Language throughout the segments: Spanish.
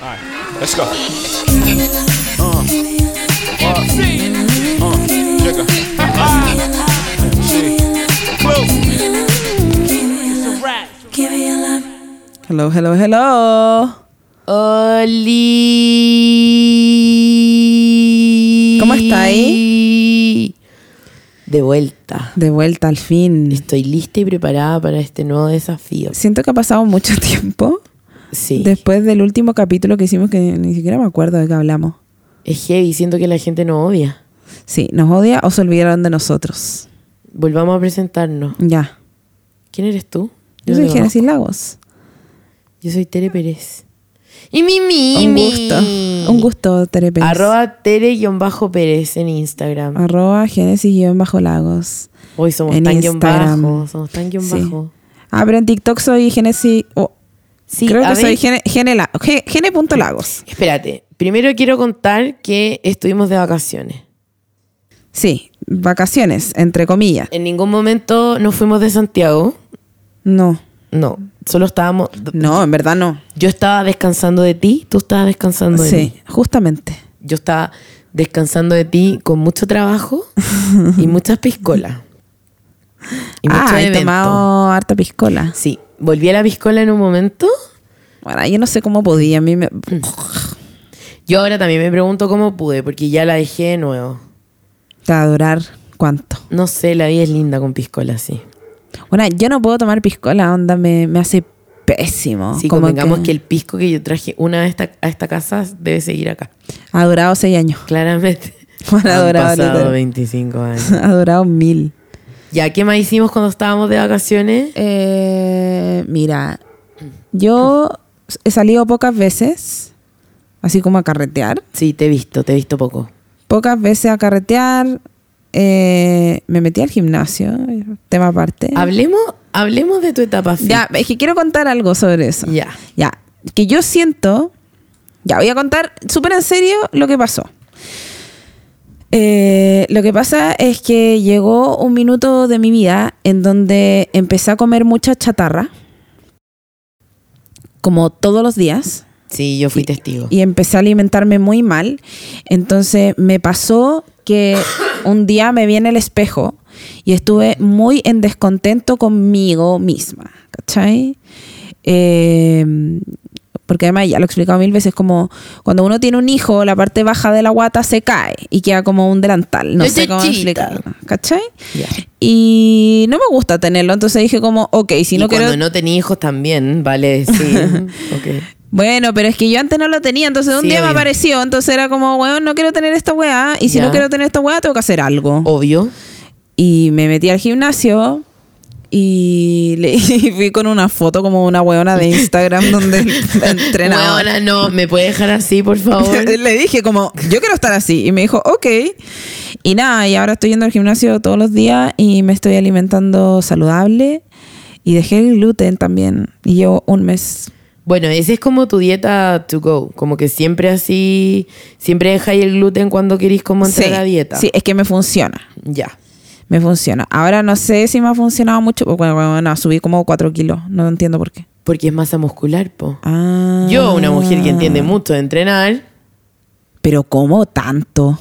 All right, let's go. Uh, uh, uh, jigger. Ah, she. Blue. Hello, hello, hello. Oli. ¿Cómo está eh? ahí? De vuelta. De vuelta al fin. Estoy lista y preparada para este nuevo desafío. Siento que ha pasado mucho tiempo Sí. después del último capítulo que hicimos que ni siquiera me acuerdo de qué hablamos. es heavy, siento que la gente no odia. Sí, nos odia o se olvidaron de nosotros. Volvamos a presentarnos. Ya. ¿Quién eres tú? Yo no soy te Genesis Lagos. conozco. Yo soy Tere Pérez. Y Mimi. Un gusto. Un gusto, Tere Pérez. Arroba Tere-Pérez en Instagram. Arroba Genesis-Lagos. Hoy somos en tan guión Instagram. bajo. Somos tan guión Sí. bajo. Ah, pero en TikTok soy Genesis... oh, Sí, creo a que soy ver. Gene, Gene La- Ge- Gene punto Lagos. Espérate, primero quiero contar que estuvimos de vacaciones. Sí, vacaciones, entre comillas. En ningún momento nos fuimos de Santiago. No. No, solo estábamos. No, en verdad no. Yo estaba descansando de ti, tú estabas descansando de mí. Sí, justamente. Yo estaba descansando de ti con mucho trabajo y muchas piscolas. Y muchos ah, he eventos. tomado harta piscola. Sí, volví a la piscola en un momento. Bueno, yo no sé cómo podía. A mí me... Yo ahora también me pregunto cómo pude, porque ya la dejé de nuevo. Te va a durar cuánto. No sé, la vida es linda con piscola, sí. Bueno, yo no puedo tomar piscola, onda, me, me hace pésimo. Sí, convengamos que... el pisco que yo traje una vez esta- a esta casa debe seguir acá. Ha durado seis años. Claramente. Bueno, Han adorable, pasado adorable. 25 años. ha durado mil. ¿Ya qué más hicimos cuando estábamos de vacaciones? Eh, mira, yo he salido pocas veces, así como a carretear. Sí, te he visto, te he visto poco. Pocas veces a carretear. eh, me metí al gimnasio, tema aparte. Hablemos, hablemos de tu etapa fit. Ya, es que quiero contar algo sobre eso. Ya. Ya, que yo siento. Ya, voy a contar súper en serio lo que pasó. Eh, lo que pasa es que llegó un minuto de mi vida en donde empecé a comer mucha chatarra, como todos los días, Sí, yo fui testigo. y empecé a alimentarme muy mal. Entonces me pasó que un día me vi en el espejo y estuve muy en descontento conmigo misma, ¿cachai? Eh, porque además ya lo he explicado mil veces, como cuando uno tiene un hijo, la parte baja de la guata se cae y queda como un delantal. No La sé cómo chachita. explicarlo, ¿cachai? Ya. Y no me gusta tenerlo, entonces dije como, ok, si y no quiero... cuando no tenía hijos también, vale decir. ok. Bueno, pero es que yo antes no lo tenía, entonces un Sí, día me obvio. apareció, entonces era como, weón, no quiero tener esta weá, y si Ya. no quiero tener esta weá, tengo que hacer algo. Obvio. Y me metí al gimnasio y, le, y fui con una foto como una weona de Instagram donde entrenaba. Ahora no, ¿me puede dejar así, por favor? Le dije como, yo quiero estar así. Y me dijo, ok. Y nada, y ahora estoy yendo al gimnasio todos los días y me estoy alimentando saludable. Y dejé el gluten también. Y llevo un mes. Bueno, esa es como tu dieta to go. Como que siempre así, siempre dejáis el gluten cuando queréis como entrar Sí, a dieta. Sí, es que me funciona. Ya. Me funciona. Ahora no sé si me ha funcionado mucho. porque, Bueno, bueno, no, subí como 4 kilos. No entiendo por qué. Porque es masa muscular, po. Ah. Yo, una mujer que entiende mucho de entrenar, Pero ¿cómo tanto?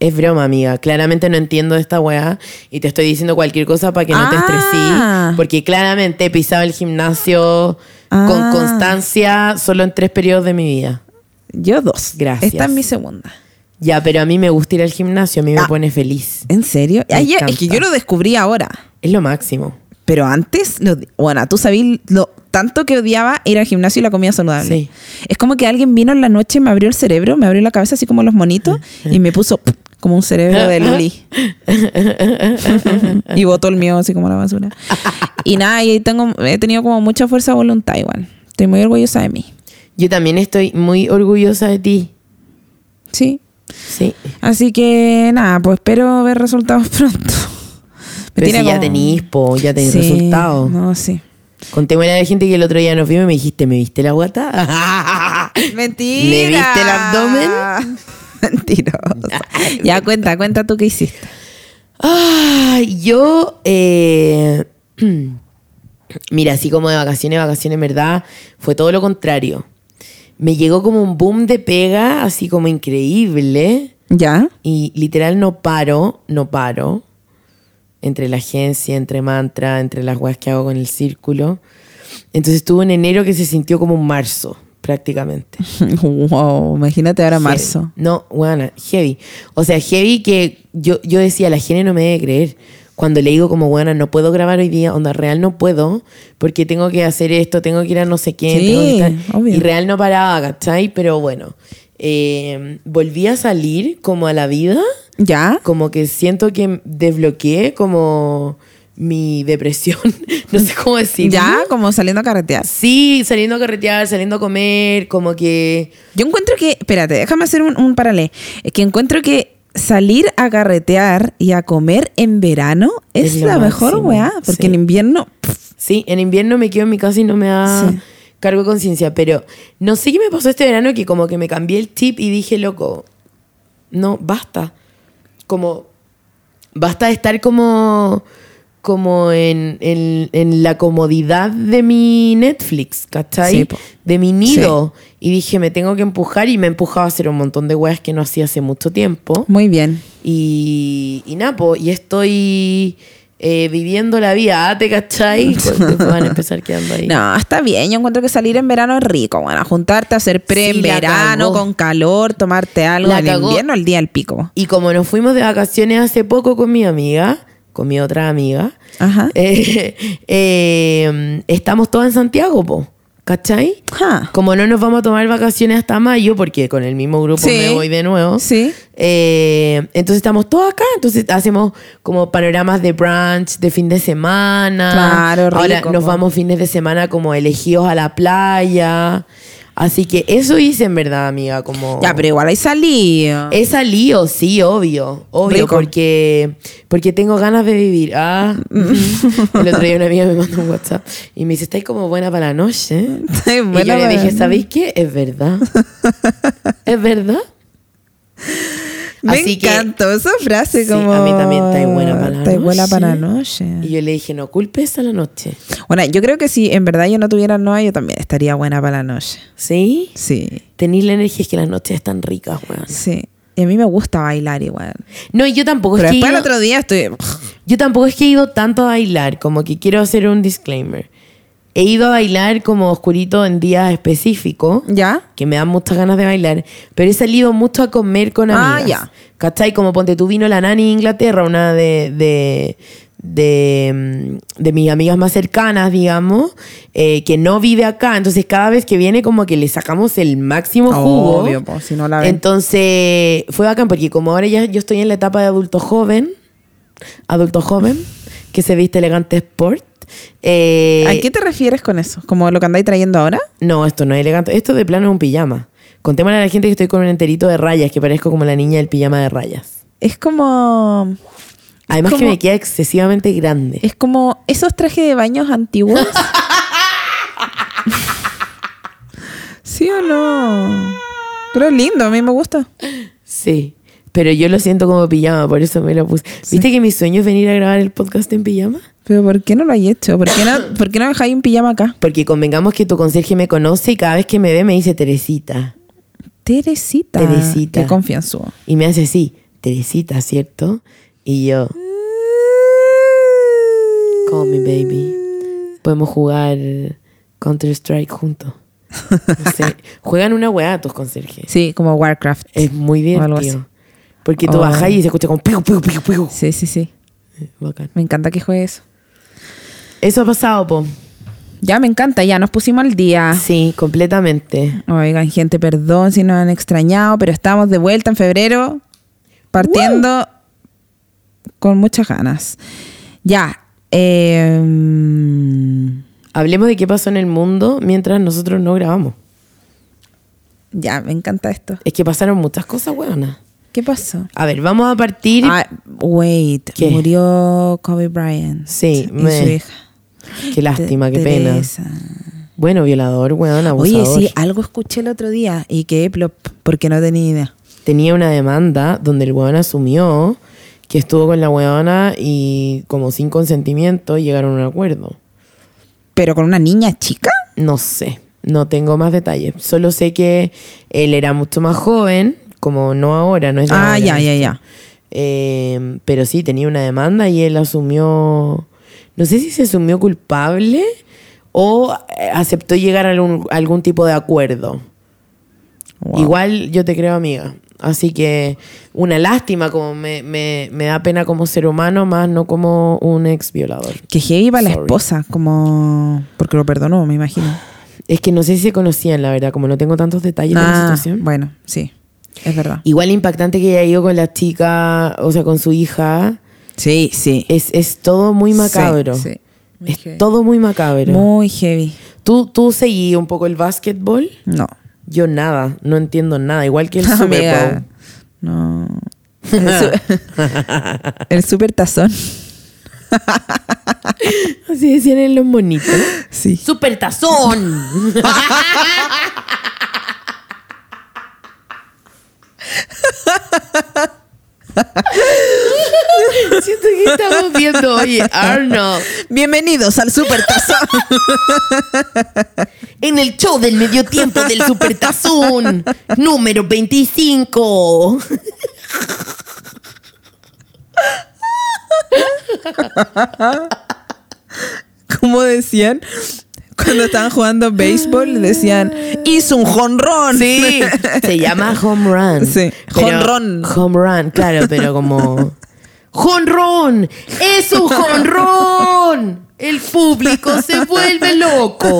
es broma, amiga. Claramente no entiendo de esta weá y te estoy diciendo cualquier cosa para que no te Ah. estresí. Porque claramente he pisado el gimnasio Ah. con constancia solo en tres periodos de mi vida. Yo dos. Gracias. Esta es mi segunda. Ya, pero a mí me gusta ir al gimnasio, a mí me Ah. pone feliz. ¿En serio? Me Ayer- es encanta. que yo lo descubrí ahora. Es lo máximo. Pero antes, lo- bueno, tú sabías lo tanto que odiaba ir al gimnasio y la comida saludable. Sí. Es como que alguien vino en la noche, me abrió el cerebro, me abrió la cabeza así como los monitos Ah. y me puso pff, como un cerebro de Luli. y botó el mío así como a la basura. Y nada, y ahí tengo, he tenido como mucha fuerza de voluntad igual. Estoy muy orgullosa de mí. Yo también estoy muy orgullosa de ti. Sí. Sí. Así que nada, pues espero ver resultados pronto. Me Pero tiene si ya como- tenís, po, ya tenés Sí, resultados. No, sí. Conté buena de gente que el otro día nos vimos y me dijiste, ¿me viste la guata? Mentira. ¿Le viste el abdomen? Mentirosa. ya cuenta, cuenta tú qué hiciste. Ah, yo, eh, mira, así como de vacaciones, vacaciones, en verdad, fue todo lo contrario. me llegó como un boom de pega, así como increíble. ¿Ya? Y literal no paro, no paro. Entre la agencia, entre mantra, entre las weas que hago con el círculo. Entonces estuvo en enero que se sintió como un marzo, prácticamente. Wow, imagínate ahora Heavy. marzo. No, buena, heavy. O sea, heavy que yo, yo decía, la gente no me debe creer. Cuando le digo como, buena, no puedo grabar hoy día, onda real no puedo, porque tengo que hacer esto, tengo que ir a no sé quién. Sí, tengo que estar- obvio. Y real no paraba, ¿cachai? Pero bueno, eh, volví a salir como a la vida, ¿Ya? como que siento que desbloqueé como mi depresión, no sé cómo decirlo. ¿Ya? Como saliendo a carretear. Sí, saliendo a carretear, saliendo a comer, como que... Yo encuentro que, espérate, déjame hacer un, un paralelo. Es que encuentro que salir a carretear y a comer en verano es, Es lo la mejor máximo, weá, porque sí. en invierno, pff, Sí, en invierno me quedo en mi casa y no me da Sí. cargo de conciencia, pero no sé qué me pasó este verano que como que me cambié el chip y dije, loco, no, basta. Como, basta de estar como, como en, en- en la comodidad de mi Netflix, ¿cachai? Sí, po. de mi nido. Y dije, me tengo que empujar y me he empujado a hacer un montón de weas que no hacía hace mucho tiempo. muy bien. Y, y nada, po, y estoy eh, viviendo la vida, ¿te cachai? Pues después van a empezar quedando ahí. No, está bien. Yo encuentro que salir en verano es rico, bueno, juntarte a hacer pre Sí, en la verano cagó. con calor, tomarte algo La en cagó. invierno el día al pico. Y como nos fuimos de vacaciones hace poco con mi amiga, con mi otra amiga, Ajá. eh, eh, estamos todos en Santiago, po, ¿cachai? Ajá. Como no nos vamos a tomar vacaciones hasta mayo, porque con el mismo grupo Sí. me voy de nuevo. Sí. Eh, entonces estamos todos acá, entonces hacemos como panoramas de brunch, de fin de semana. Claro, rico, Ahora nos po. vamos fines de semana como elegidos a la playa. Así que eso hice en verdad, amiga, como... Ya, pero igual ahí salí. Es lío, sí, obvio. Obvio, Rico. porque porque tengo ganas de vivir. Ah, Mm. el otro día una amiga me mandó un WhatsApp y me dice, estáis como buena para la noche. Estáis y buena yo le para la dije, noche. ¿sabéis qué? Es verdad. es verdad. Me así que- encantó esa frase Sí, como... a mí también está buena para la Está buena noche. para la noche. Y yo le dije, no culpes a la noche. Bueno, yo creo que si en verdad yo no tuviera novia, yo también estaría buena para la noche. ¿Sí? Sí, Tenís la energía, es que las noches están ricas, weón. sí. Y a mí me gusta bailar igual. No, y yo tampoco Pero es que después he el ido, otro día estoy... yo tampoco es que he ido tanto a bailar, como que quiero hacer un disclaimer. He ido a bailar como oscurito en días específicos, ¿Ya? que me dan muchas ganas de bailar, pero he salido mucho a comer con Ah, amigas. ya. ¿Cachai? Como ponte tú vino la nani de Inglaterra, una de, de, de, mm, de mis amigas más cercanas, digamos, eh, que no vive acá. Entonces cada vez que viene como que le sacamos el máximo jugo. Obvio, po, si no la ven. Entonces fue bacán porque como ahora ya yo estoy en la etapa de adulto joven, adulto joven, que se viste elegante sport. eh, ¿A qué te refieres con eso? ¿Como lo que andáis trayendo ahora? no, esto no es elegante. Esto de plano es un pijama. Contémosle a la gente que estoy con un enterito de rayas, que parezco como la niña del pijama de rayas. Es como... Además que como- me queda excesivamente grande. Es como esos trajes de baños antiguos. ¿Sí o no? Pero es lindo, a mí me gusta. Sí. Pero yo lo siento como pijama, por eso me lo puse. ¿Viste que mi sueño es venir a grabar el podcast en pijama? Pero ¿por qué no lo hay hecho? ¿Por qué no, ¿por qué no dejáis un pijama acá? Porque convengamos que tu conserje me conoce y cada vez que me ve me dice Teresita. Teresita. Teresita. Qué confianzudo. Y me hace así, Teresita, ¿cierto? Y yo, call me baby. Podemos jugar Counter-Strike juntos. No sé. Juegan una weá tus conserjes. Sí, como Warcraft. Es muy O algo así. divertido. Porque tú Oh. bajas y se escucha como piu, piu, piu, piu. Sí, sí, sí. Bacán. Me encanta que juegue eso. Eso ha pasado, po. Ya, me encanta, ya nos pusimos al día. Sí, completamente. Oigan, gente, perdón si nos han extrañado, pero estamos de vuelta en febrero, partiendo con muchas ganas. Ya. em, eh, Hablemos de qué pasó en el mundo mientras nosotros no grabamos. ya, me encanta esto. Es que pasaron muchas cosas, weona. ¿Qué pasó? A ver, vamos a partir. Ah, wait, ¿Qué? murió Kobe Bryant. Sí, y me- su hija. qué lástima, qué Te- pena. Teresa. Bueno, violador, weón, abusador. Oye, sí, ah. algo escuché el otro día y quedé plop, porque no tenía idea. Tenía una demanda donde el weón asumió que estuvo con la weona y como sin consentimiento llegaron a un acuerdo. ¿Pero con una niña chica? No sé. No tengo más detalles. Solo sé que él era mucho más joven, como no ahora, no es de Ah, ahora. ya, ya, ya. Eh, pero sí, tenía una demanda y él asumió, no sé si se asumió culpable o eh, aceptó llegar a algún, a algún tipo de acuerdo. Wow. Igual yo te creo amiga. Así que una lástima, como me, me, me da pena como ser humano, más no como un ex violador. Que heavy para la Sorry. esposa, como. Porque lo perdonó, me imagino. Es que no sé si se conocían, la verdad, como no tengo tantos detalles de la Ah, situación. bueno, sí. Es verdad. Igual impactante que haya ido con la chica, o sea, con su hija. Sí, sí. Es, es todo muy macabro. Sí, sí. Muy Es heavy. todo muy macabro. Muy heavy. ¿Tú, tú seguí un poco el básquetbol? No. Yo nada, no entiendo nada. Igual que el Amiga, Super No. El, su- el super tazón. Bowl. Así decían en los monitos. Sí. ¡Super tazón! Siento que estamos viendo, oye, Arnold, Bienvenidos al super tazón. en el show del medio tiempo del Super Tazón, número 25. Como decían cuando estaban jugando béisbol, decían, hizo un jonrón. Sí, se llama home run. Sí, Pero- jonrón. Home run, claro, pero como. ¡Jonrón! ¡Es un jonrón! El público se vuelve loco.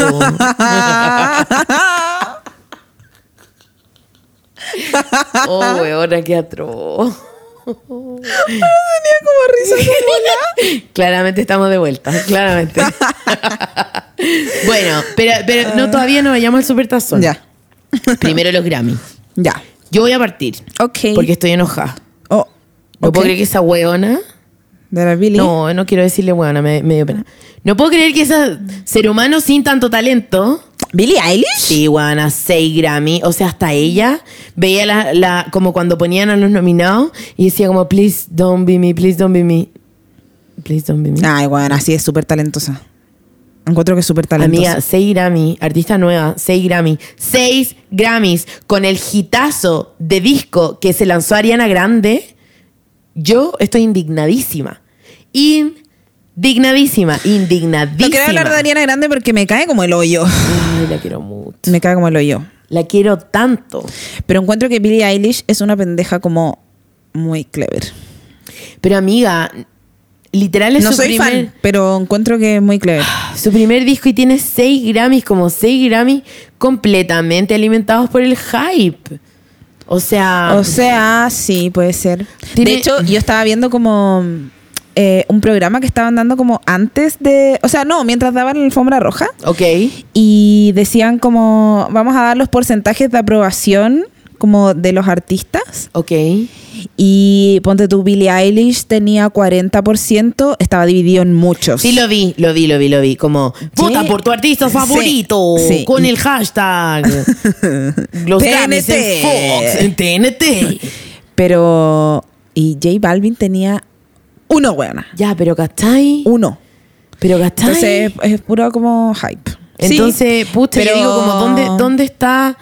Oh, weona, qué atroz. Claramente estamos de vuelta, claramente. bueno, pero, pero no, todavía no vayamos al supertazón. Ya, Primero los Grammy. ya. Yo voy a partir. Ok. Porque estoy enojada. Oh, No ok. puedo creer que esa weona. De la Billie. No, no quiero decirle weona, me, me dio pena. No puedo creer que esa ser humano sin tanto talento. ¿Billie Eilish? Sí, weona, 6 Grammy. O sea, hasta ella veía la, la- como cuando ponían a los nominados y decía como, please don't be me, please don't be me. Please don't be me. Ay, bueno, Ah, así es súper talentosa. Encuentro que es súper talentosa. Amiga, 6 Grammy, artista nueva, 6 Grammy, 6 Grammys con el hitazo de disco que se lanzó Ariana Grande. Yo estoy indignadísima. Indignadísima, indignadísima. no quiero hablar de Ariana Grande porque me cae como el hoyo. Ay, la quiero mucho. Me cae como el hoyo. La quiero tanto. Pero encuentro que Billie Eilish es una pendeja como muy clever. Pero amiga, literal es No su soy primer... fan, pero encuentro que es muy clever. Su primer disco y tiene 6 Grammys, como 6 Grammys completamente alimentados por el hype. O sea, O sea, sí, puede ser. Ah, Tiene- De hecho, yo estaba viendo como eh, un programa que estaban dando como antes de... O sea, no, mientras daban la alfombra roja. ok. Y decían como, vamos a dar los porcentajes de aprobación como de los artistas. Ok. Y ponte tú, Billie Eilish tenía 40%, estaba dividido en muchos. Sí, lo vi, lo vi, lo vi, lo vi. Como, vota por tu artista Sí, favorito sí. con el hashtag. Los TNT. Grammys en Fox, en TNT. Pero... Y J Balvin tenía uno, weona. Ya, pero ¿cachai? Uno. Pero ¿cachai? Uh, Entonces es, es puro como hype. Sí, Entonces, pucha, yo digo como, ¿dónde, dónde está,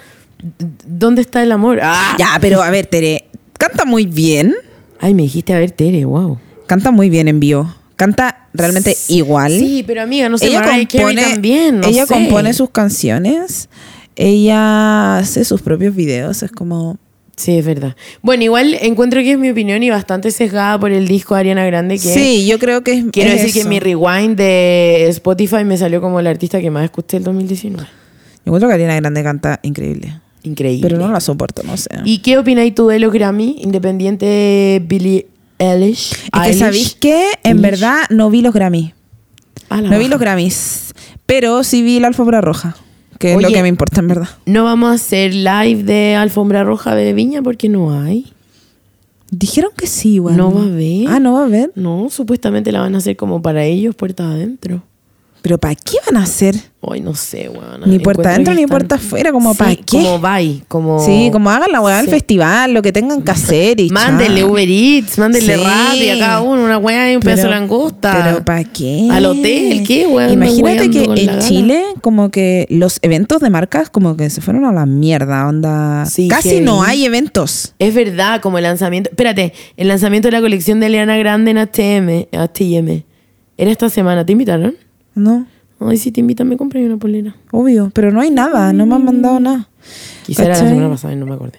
dónde está el amor? ¡Ah! Ya, pero a ver, Tere, canta muy bien. Ay, me dijiste a ver, Tere, wow. Canta muy bien en vivo. Canta realmente igual. Sí, pero amiga, no sé, ella Mariah Carey compone, también, no ella sé. compone sus canciones, ella hace sus propios videos, es como... Sí, es verdad. Bueno, igual encuentro que es mi opinión y bastante sesgada por el disco de Ariana Grande que Sí, yo creo que es... Quiero es decir que eso. mi rewind de Spotify me salió como el artista que más escuché el 2019. Yo encuentro que Ariana Grande canta increíble, Increíble. pero no la soporto, no sé. ¿Y qué opináis tú de los Grammy? Independiente Billie Eilish. es que Eilish. sabéis que en Eilish. verdad no vi los Grammys, A la no vi baja. los Grammys, pero sí vi la alfombra roja, que es lo Oye. que me importa en verdad. No vamos a hacer live de Alfombra Roja de Viña porque no hay. Dijeron que sí, igual. No va a haber. Ah, no va a haber. No, supuestamente la van a hacer como para ellos, puerta adentro. Pero ¿para qué van a hacer? Ay, no sé, weón. Ni puerta adentro ni puerta afuera, como ¿para qué? Como bye, como... Sí, como hagan la weá del Sí. festival, lo que tengan que hacer y Mándenle chao. Uber Eats, mándenle Sí. Rappi a cada uno, una weá y un pedazo de langosta. Pero ¿para qué? Al hotel, ¿qué, weón? Imagínate Ando que weando con la en gana. Chile, como que los eventos de marcas, como que se fueron a la mierda, onda. Sí, Casi heavy. no hay eventos. Es verdad, como el lanzamiento. Espérate, el lanzamiento de la colección de Eliana Grande en HM. HM. Era esta semana, ¿te invitaron? No, Ay, si te invitan, me compré una polera. obvio. Pero no hay nada, no me han mandado nada. Quizá era la ¿Cachai? semana pasada y no me acordé.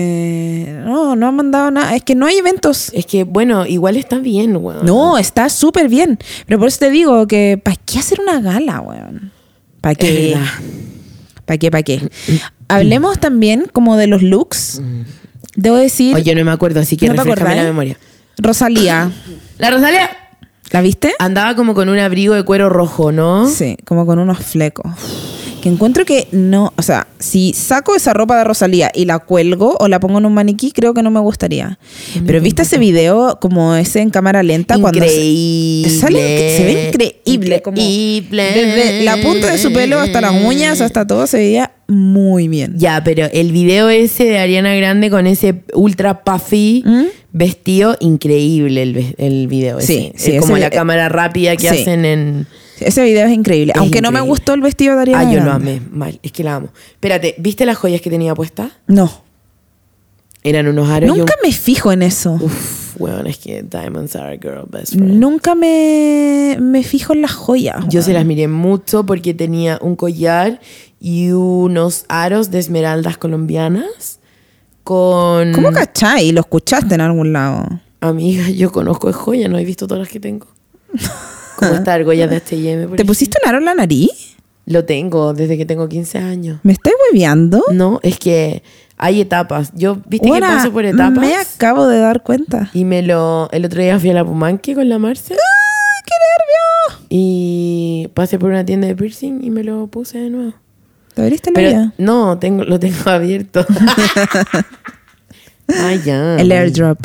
Eh, no, no han mandado nada. Es que no hay eventos. Es que, bueno, igual está bien, weón. No, está súper bien. Pero por eso te digo que, ¿para qué hacer una gala, weón? ¿Para Es qué? verdad. ¿Para qué? ¿Para qué? Mm, Hablemos también como de los looks. Debo decir, Oye, no me acuerdo, así que ¿No te refrescame acordás? la memoria. Rosalía, La Rosalía ¿la viste? andaba como con un abrigo de cuero rojo, Ah, ¿no? Sí, como con unos flecos. Que encuentro que no, o sea, si saco esa ropa de Rosalía y la cuelgo o la pongo en un maniquí, creo que no me gustaría. Pero viste ese video como ese en cámara lenta cuando se- Increíble. sale- se ve increíble, como Increíble. desde la punta de su pelo hasta las uñas, hasta todo se veía muy bien. Ya, pero el video ese de Ariana Grande con ese ultra puffy ¿Mm? vestido, increíble el, ve- el video Sí, ese. sí, Es como ese- la cámara rápida que sí. hacen en... Ese video es increíble, Es aunque no me increíble. gustó el vestido de Ariana. Ah, yo lo Grande. amé, mal, es que la amo. Espérate, ¿viste las joyas que tenía puestas? No, Eran unos aros nunca me fijo en eso. y un... Uf, weón, es que diamonds are a girl best friend. Nunca me, me fijo en las joyas. Yo se weón. las miré mucho porque tenía un collar y unos aros de esmeraldas colombianas con... ¿Cómo cachai? ¿Lo escuchaste en algún lado? Amiga, yo conozco de joya, no he visto todas las que tengo. Como esta argolla de H&M. por ¿Te ejemplo. pusiste un aro en la nariz? Lo tengo desde que tengo 15 años. ¿Me estás hueveando? No, es que hay etapas. Yo, viste Ahora, que paso por etapas. Me acabo de dar cuenta. Y me lo... El otro día fui a la Pumanque con la Marcia. ¡Ay, qué nervio! Y pasé por una tienda de piercing y me lo puse de nuevo. ¿Te abriste la Pero vida? no, tengo, lo tengo abierto. Ay, ya. El airdrop.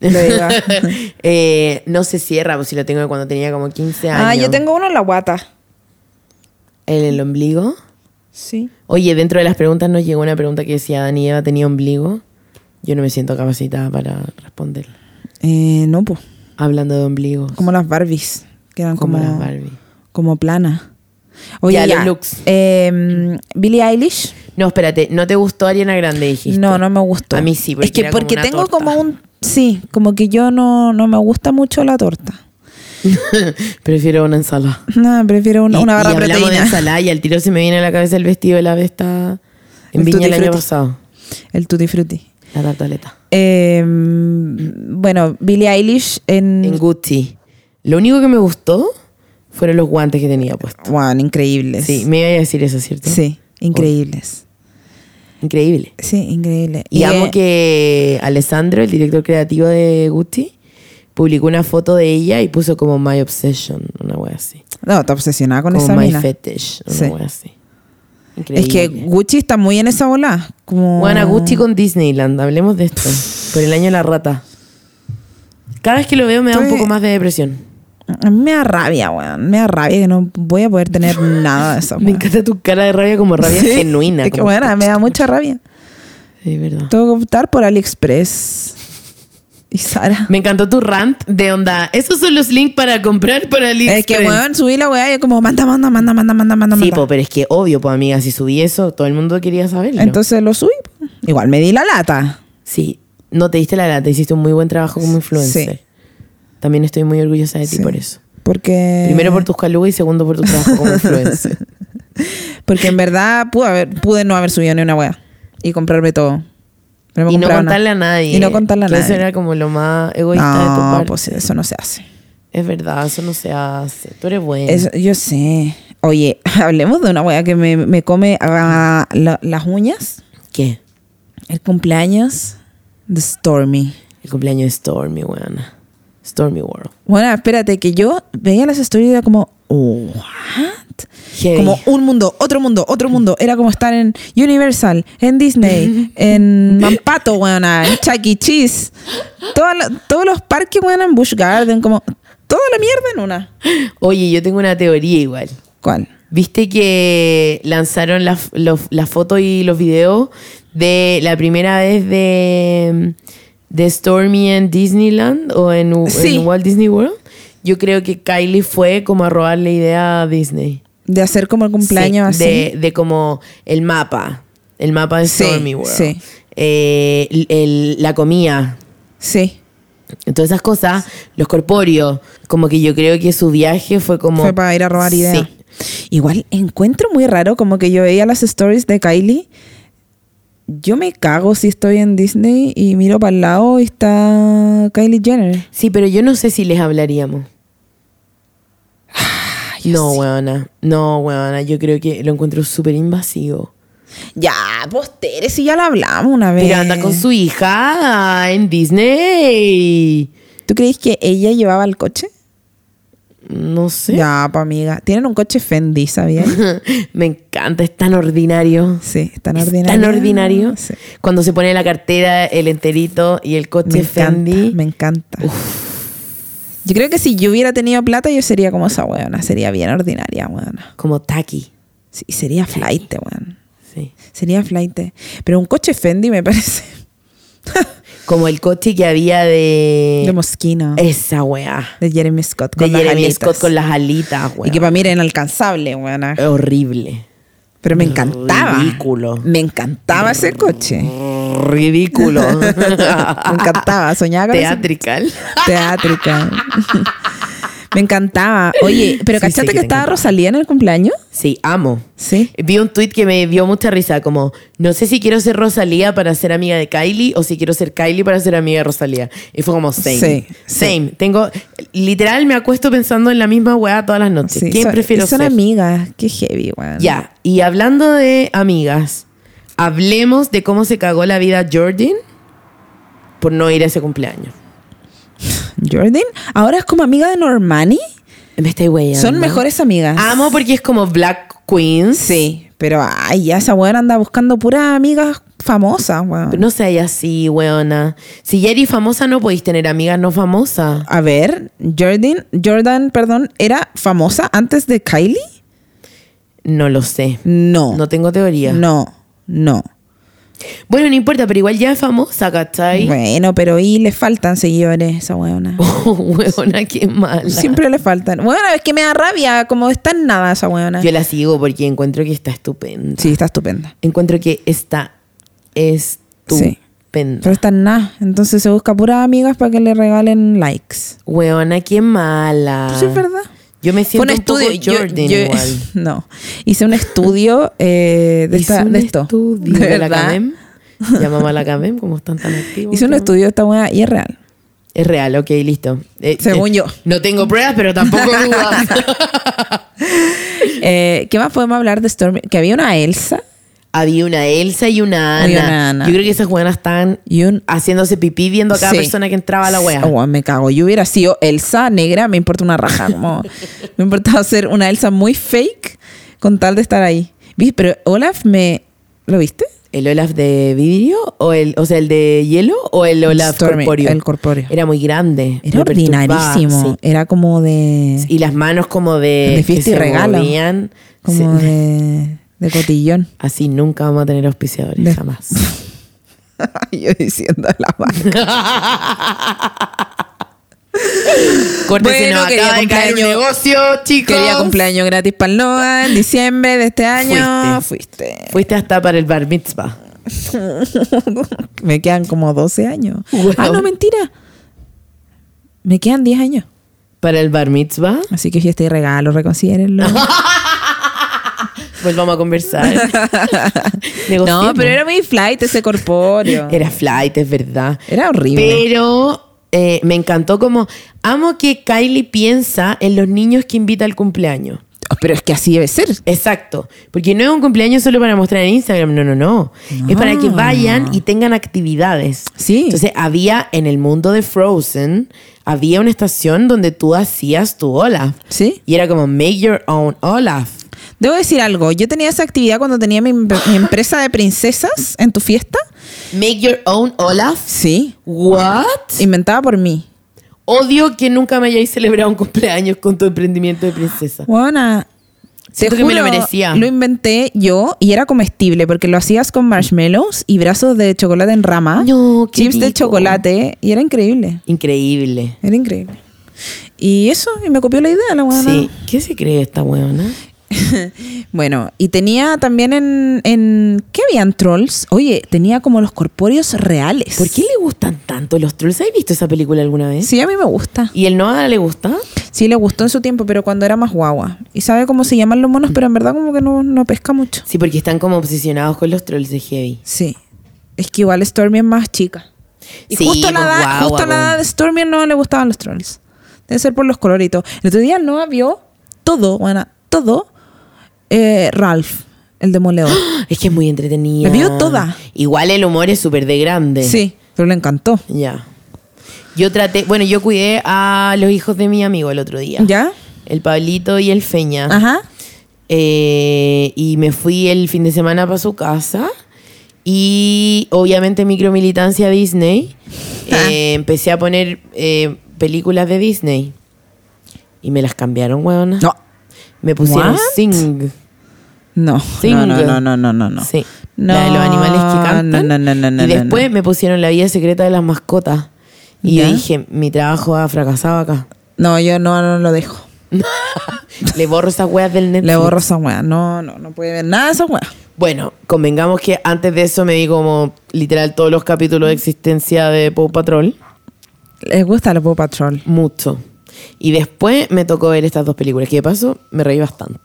Lo iba. Eh, no se cierra, pues si lo tengo de cuando tenía como 15 años. ah, yo tengo uno en la guata. ¿El, el ombligo? Sí. Oye, dentro de las preguntas nos llegó una pregunta que decía Dani y Eva tenía ombligo. Yo no me siento capacitada para responderla. Eh, no, pues. Hablando de ombligo. Como las Barbies. Que eran como, Como las como, Barbie. planas. Oye, Ya, ya, los looks. Eh, Billie Eilish. No, espérate, ¿no te gustó Ariana Grande, dijiste? No, no me gustó. A mí sí, porque Es que era como porque una tengo torta. como un... Sí, como que yo no, no me gusta mucho la torta. Prefiero una ensalada. No, prefiero un- Y- una barra y hablamos de proteína. ensalada y al tiro se me viene a la cabeza el vestido de la Vesta en El Viña el Tutti año Frutti. pasado. El tutti frutti. La tartaleta. Eh, bueno, Billie Eilish en... En Gucci. Lo único que me gustó fueron los guantes que tenía puestos. Wow, increíbles. Sí, me iba a decir eso, ¿cierto? Sí, increíbles. Increíble. Sí, increíble. Y, amo eh, que Alessandro, el director creativo de Gucci, publicó una foto de ella y puso como My Obsession, una wea así. No, está obsesionada con como esa My mina. Fetish, una Sí. wea así. Increíble. Es que Gucci está muy en esa bola. Como... Bueno, Gucci con Disneyland, hablemos de esto. Por el año de la rata. Cada vez que lo veo me da un Estoy- poco más de depresión. A mí me da rabia, weón. Me da rabia que no voy a poder tener nada de esa Me weón. encanta tu cara de rabia como rabia Sí. genuina. Es que como- bueno, me da mucha rabia. Sí, verdad. Tengo que optar por AliExpress. Y Sara. Me encantó tu rant de onda. Esos son los links para comprar para AliExpress. Es que, weón, subí la weá y es como, manda, manda, manda, manda, manda, manda. Sí, manda. po, pero es que obvio, pues amiga, si subí eso, todo el mundo quería saberlo. Entonces lo subí. Igual me di la lata. sí, no te diste la lata, hiciste un muy buen trabajo como influencer. Sí. También estoy muy orgullosa de ti Sí. por eso. Porque. Primero por tus calugas y segundo por tu trabajo como influencer. Porque en verdad pude, haber- pude no haber subido ni una wea y comprarme todo. Pero me y no compraba una- contarle a nadie. Y no contarle a Que nadie. Eso era como lo más egoísta de tu no, parte. pues eso no se hace. Es verdad, eso no se hace. Tú eres buena. Eso- yo sé. Oye, hablemos de una wea que me, me come ah, la- las uñas. ¿Qué? El cumpleaños de Stormy. El cumpleaños de Stormy, weona. Stormy World. Bueno, espérate, que yo veía las stories y era como, ¿what? Heavy. Como un mundo, otro mundo, otro mundo. Era como estar en Universal, en Disney, en Mampato, weona, en Chuck E. Cheese. Toda la- todos los parques, weona, en Busch Garden, como toda la mierda en una. Oye, yo tengo una teoría igual. cual. ¿Viste que lanzaron las los- las fotos y los videos de la primera vez de, de Stormy en Disneyland o en, en Sí. Walt Disney World? Yo creo que Kylie fue como a robar la idea a Disney. De hacer como el cumpleaños Sí, así. De, de como el mapa. El mapa de Sí, Stormy World. sí. Eh, el- el- la comida. Sí. Todas esas cosas, los corpóreos, como que yo creo que su viaje fue como... Fue para ir a robar ideas. Sí. Igual encuentro muy raro como que yo veía las stories de Kylie. Yo me cago si estoy en Disney y miro para el lado y está Kylie Jenner. Sí, pero yo no sé si les hablaríamos. Ah, no, weona. No, weona. Yo creo que lo encuentro súper invasivo. Ya, postere, si ya la hablamos una vez. Pero anda con su hija en Disney. ¿Tú crees que ella llevaba el coche? No sé. Ya, pa amiga. Tienen un coche Fendi, ¿sabías? Me encanta, es tan ordinario. Sí, es tan Es ordinario. Tan ordinario. Sí. Cuando se pone la cartera, el enterito y el coche Me Fendi. encanta, me encanta. Yo creo que si yo hubiera tenido plata, yo sería como esa weona. Sería bien ordinaria, weona. Como taqui. Sí, sería flight, weón. Sí. Sería flight. Pero un coche Fendi me parece. Como el coche que había de. De Mosquino. Esa weá. De Jeremy Scott. Con De las Jeremy alitas. Scott con las alitas, Y weá. que para mí era inalcanzable, weona. Horrible. Pero me encantaba. Ridículo. Me encantaba ese coche. Ridículo. Me encantaba. Soñaba con ese Teatrical. Teátrica. Me encantaba. Oye, pero Sí, ¿cachaste sí, que que te estaba encantaba. Rosalía en el cumpleaños? Sí, amo. Sí. Vi un tweet que me dio mucha risa, como, no sé si quiero ser Rosalía para ser amiga de Kylie o si quiero ser Kylie para ser amiga de Rosalía. Y fue como, same. Sí, sí. same. Tengo, literal, me acuesto pensando en la misma weá todas las noches. sí. ¿Quién Son- prefiero Son ser? amigas. Qué heavy, weón. Ya, y hablando de amigas, hablemos de cómo se cagó la vida Jordan por no ir a ese cumpleaños. Jordan, ahora es como amiga de Normani. Me estoy weyando. Son mejores amigas. Amo porque es como Black Queens. Ah. Sí, pero ay, ya esa weón anda buscando puras amigas famosas, weón. No seas así, weona. Si ya eres famosa, no podéis tener amigas no famosas. A ver, Jordan, Jordan, perdón, ¿era famosa antes de Kylie? No lo sé. No. No tengo teoría. No, no. Bueno, no importa, pero igual ya es famosa, ¿cachai? Bueno, pero y le faltan seguidores a esa weona. Oh, weona, qué mala. Siempre le faltan. Bueno, es que me da rabia, como está en nada esa weona. Yo la sigo porque encuentro que está estupenda. Sí, está estupenda. Encuentro que está estupenda. Pero está en nada. Entonces se busca puras amigas para que le regalen likes. Weona, qué mala. Pues es verdad. Yo me Fue siento un poco yo- Jordan yo- igual. No. Hice un estudio eh, de, Hice esta- un de esto. estudio De de, la verdad. CAMEM. Llamamos a la CAMEM, como están tan activos. Hice un últimamente. estudio de esta weona y es real. Es real, ok, listo. Eh, Según eh, yo. No tengo pruebas, pero tampoco dudas. Eh, ¿Qué más podemos hablar de Stormy? Que había una Elsa Había una Elsa y una Ana. Había una Ana. Yo creo que esas buenas están y un haciéndose pipí viendo a cada Sí. persona que entraba a la wea. Oh, weón, me cago. Yo hubiera sido Elsa negra, me importa una raja. como- me importaba ser una Elsa muy fake con tal de estar ahí. ¿Viste? Pero Olaf me. ¿Lo viste? ¿El Olaf de vidrio? O, el, o sea, el de hielo o el Olaf Stormy, corpóreo. el corpóreo. Era muy grande. Era me perturbaba, ordinarísimo. Era como de. sí. Y las manos como de. De fiesta que y se regalo. movían. Como Sí. de, de cotillón. Así nunca vamos a tener auspiciadores, De- jamás. Yo diciendo la marca. Corte, se Bueno, nos quería acaba de caer un cumpleaños. negocio, chicos. Quería cumpleaños gratis para el NOA en diciembre de este año. Fuiste. Fuiste hasta para el bar mitzvah. me quedan como 12 años. Wow. Ah, no, mentira. Me quedan 10 años. Para el bar mitzvah, Así que fiesta y regalo, reconsidérenlo. volvamos a conversar. no, Negociemos. pero era muy flight ese corpóreo. Era flight, es verdad. Era horrible. Pero eh, me encantó como... Amo que Kylie piensa en los niños que invita al cumpleaños. Oh, Pero, es que así debe ser. Exacto. Porque no es un cumpleaños solo para mostrar en Instagram. No, no, no. Es para que vayan y tengan actividades. Sí. Entonces, había en el mundo de Frozen, había una estación donde tú hacías tu Olaf. Sí. Y era como, make your own Olaf. Debo decir algo. Yo tenía esa actividad cuando tenía mi, mi empresa de princesas en tu fiesta. Make your own Olaf. Sí. What? Inventada por mí. Odio que nunca me hayáis celebrado un cumpleaños con tu emprendimiento de princesa. Buena. Siento que me lo merecía. Lo inventé yo y era comestible porque lo hacías con marshmallows y brazos de chocolate en rama, No, qué chips de rico. chocolate y era increíble. Increíble. Era increíble. Y eso, y me copió la idea la buena. Sí. ¿Qué se cree esta huevona? Bueno, y tenía también en, en. ¿Qué habían trolls? Oye, tenía como los corpóreos reales. ¿Por qué le gustan tanto los trolls? ¿Has visto esa película alguna vez? Sí, a mí me gusta. ¿Y el Noah le gusta? Sí, le gustó en su tiempo, pero cuando era más guagua. Y sabe cómo se llaman los Mm. monos, pero en verdad como que no, no pesca mucho. Sí, porque están como obsesionados con los trolls de Heavy. Sí. Es que igual Stormy es más chica. Y Sí, justo, la pues, edad, guagua, justo la pues. edad de Stormy no le gustaban los trolls. Debe ser por los coloritos. El otro día no vio todo, bueno, todo eh, Ralph, el demoledor. Es que es muy entretenida. La vio toda. Igual el humor es súper de grande. Sí, pero le encantó. Ya. Yo traté, bueno, yo cuidé a los hijos de mi amigo el otro día. ¿Ya? El Pablito y el Feña. Ajá. Eh, y me fui el fin de semana para su casa. Y obviamente micromilitancia Disney. Ah. Eh, empecé a poner eh, películas de Disney. Y me las cambiaron, weona. No. Me pusieron What? Sing. No, Sing. no, no, no, no, no, no, no. Sí. No, La de los animales que cantan. No, no, no, no, no, y no, después no. me pusieron La vida secreta de las mascotas. Y yo Ya. dije, mi trabajo ha fracasado acá. No, yo no, no lo dejo. Le borro esas weas del Netflix. Le borro esa wea. No, no, no puede ver nada de esa wea. Bueno, convengamos que antes de eso me vi como literal todos los capítulos de existencia de Paw Patrol. Les gusta la Paw Patrol. Mucho. Y después me tocó ver estas dos películas, que de paso me reí bastante.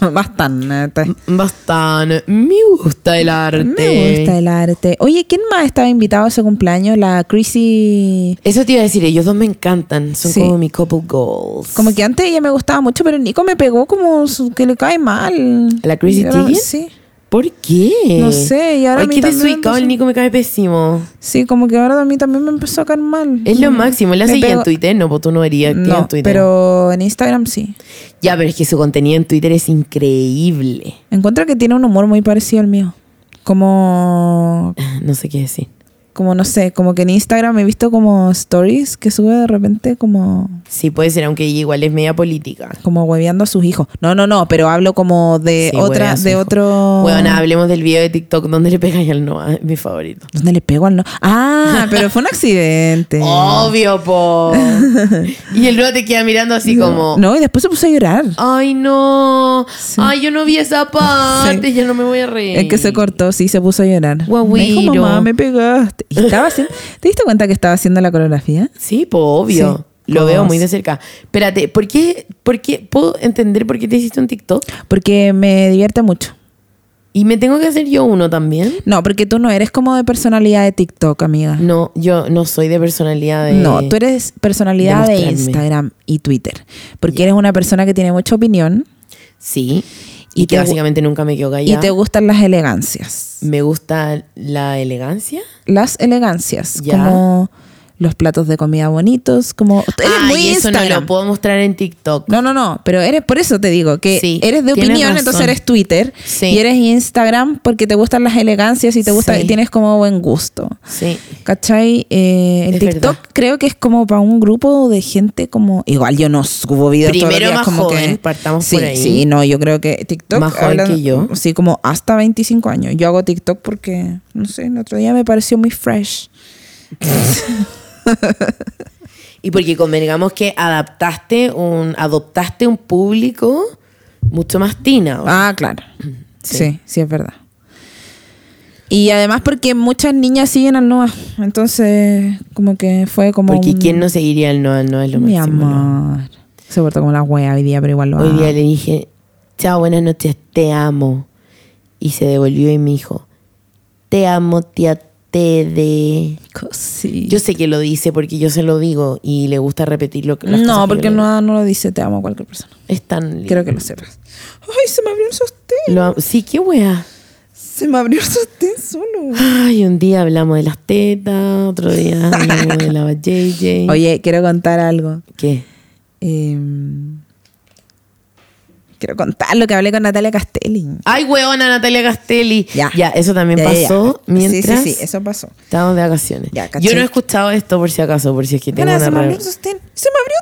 Bastante. Bastante. Me gusta el arte. Me gusta el arte. Oye, ¿quién más estaba invitado a ese cumpleaños? La Chrissy. Eso te iba a decir, ellos dos me encantan. Son Sí. como mi couple goals. Como que antes ella me gustaba mucho, pero Nico me pegó como su- que le cae mal. ¿La Chrissy Era- Teigen? Sí. ¿Por qué? No sé, y ahora a Ay, mí qué también me desubicado, el empezó- Nico me cae pésimo. Sí, como que ahora a mí también me empezó a caer mal. Es lo máximo, la Mm, Me seguía en pegó- Twitter, no, pues tú no verías activa en No, Twitter. pero en Instagram sí. Ya, pero es que su contenido en Twitter es increíble. Encuentro que tiene un humor muy parecido al mío. Como, No sé qué decir. como no sé, como que en Instagram he visto como stories que sube de repente como, Sí, puede ser, aunque ella igual es media política. como hueveando a sus hijos. No, no, no, pero hablo como de Sí, huevea Eh, otra, a su de hijo. otro. Bueno, hablemos del video de TikTok donde le pegáis al Noah, es mi favorito. ¿Dónde le pegó al no? Ah, pero fue un accidente. Obvio, po. y el Noah te queda mirando así como. No, y después se puso a llorar. Ay, no. Ay, yo no vi esa parte. Sí. Ya no me voy a reír. Es que se cortó, sí, se puso a llorar. Me dijo, Guagüiro. mamá, me pegaste. Y estaba haciendo, ¿Te diste cuenta que estaba haciendo la coreografía? Sí, pues obvio. Sí. Lo veo Cos. muy de cerca. Espérate, ¿por qué, ¿por qué? ¿Puedo entender por qué te hiciste un TikTok? Porque me divierte mucho. ¿Y me tengo que hacer yo uno también? No, porque tú no eres como de personalidad de TikTok, amiga. No, yo no soy de personalidad de... No, tú eres personalidad de demostrarme. Instagram y Twitter. Porque eres una persona que tiene mucha opinión Sí. Y Y, te que gu- básicamente nunca me quedo y callada. te gustan las elegancias. Me gusta la elegancia. Las elegancias, Ya. como los platos de comida bonitos, como... Eres Ay, muy eso Instagram. no lo puedo mostrar en TikTok. No, no, no, pero eres, por eso te digo, que Sí, eres de tienes opinión, razón. entonces eres Twitter Sí. y eres Instagram porque te gustan las elegancias y te gusta, Sí. tienes como buen gusto. Sí. ¿Cachai? Eh, el Es TikTok verdad. creo que es como para un grupo de gente como... Igual yo no subo videos todos los Primero días, más como joven, que... partamos sí, por ahí. Sí, no, yo creo que TikTok... Más joven que yo. Sí, como hasta 25 años. Yo hago TikTok porque, no sé, el otro día me pareció muy fresh. Y porque convengamos que adaptaste un, adoptaste un público mucho más tina. o sea, Ah, claro. Sí. Mm, Sí. sí, es verdad. Y además porque muchas niñas siguen al Noah. Entonces, como que fue como. porque un- ¿quién no seguiría el no, el no es lo Mi máximo, ¿no? amor. Se portó como la wea hoy día, pero igual lo Hoy amo. día le dije, chao, buenas noches, te amo. Y se devolvió y me dijo, te amo, tía Tede. Cosi. Yo sé que lo dice porque yo se lo digo y le gusta repetir lo que las cosas No, que porque yo le digo. no, no lo dice, te amo a cualquier persona. Es tan lindo. Quiero que lo sepas. Ay, se me abrió un sostén. Lo am- Sí, qué wea. Se me abrió el sostén solo. Ay, un día hablamos de las tetas, otro día hablamos de la JJ. Oye, quiero contar algo. ¿Qué? Em, quiero contar lo que hablé con Natalia Castelli. Ay, weona, Natalia Castelli. Ya. eso también Ya, ya, ya. pasó mientras Sí, sí, sí, eso pasó. estábamos de vacaciones. Ya, ¿cachai? yo no he escuchado esto por si acaso, por si es que tengo Mira, una se me re- abrió el sostén. Se me abrió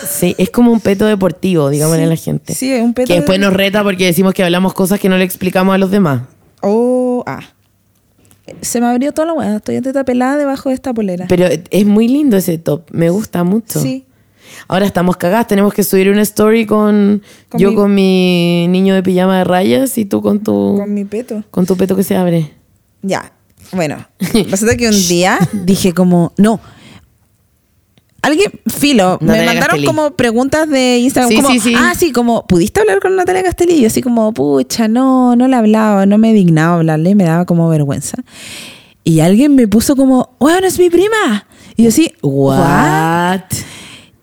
todo. Sí, es como un peto deportivo, digámosle a la gente. Sí, es un peto Que después de- nos reta porque decimos que hablamos cosas que no le explicamos a los demás. Oh, ah. Se me abrió toda la hueá. Estoy entera pelada debajo de esta polera. Pero es muy lindo ese top, me gusta mucho. Sí. Ahora estamos cagadas, tenemos que subir una story con, Con yo mi- con mi niño de pijama de rayas y tú con tu Con mi peto. con tu peto que se abre. Ya. Bueno. Resulta que un día dije como, no. Alguien, filo, me Natalia mandaron Castelli. como preguntas de Instagram. Sí, como, sí, sí. Ah, sí, como, ¿pudiste hablar con Natalia Castelli? Y yo así como, pucha, no, no la hablaba, no me dignaba hablarle, me daba como vergüenza. Y alguien me puso como, bueno, es mi prima. Y yo así, ¿what?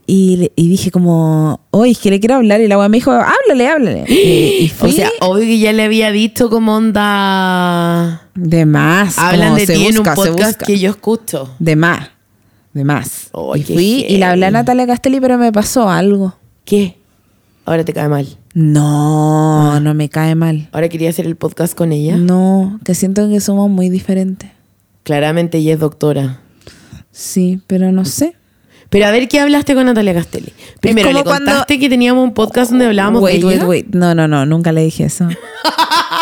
Y, le- y dije como, oye, es que le quiero hablar. Y la weá me dijo, háblale, háblale. Eh, Y, y fui O sea, obvio que ya le había visto como onda de más. hablan como de se ti en un busca, se podcast busca. que yo escucho. De más, de más. Ay, y qué fui y le hablé a heavy. Natalia Castelli, pero me pasó algo. ¿Qué? Ahora te cae mal. No, Ah. no me cae mal. Ahora quería hacer el podcast con ella. No, que siento que somos muy diferentes. Claramente ella es doctora. Sí, pero no sé. Pero a ver, ¿qué hablaste con Natalia Castelli? Primero, como ¿le contaste cuando- que teníamos un podcast donde hablábamos wait, de wait, ella? wait. No, no, no, nunca le dije eso.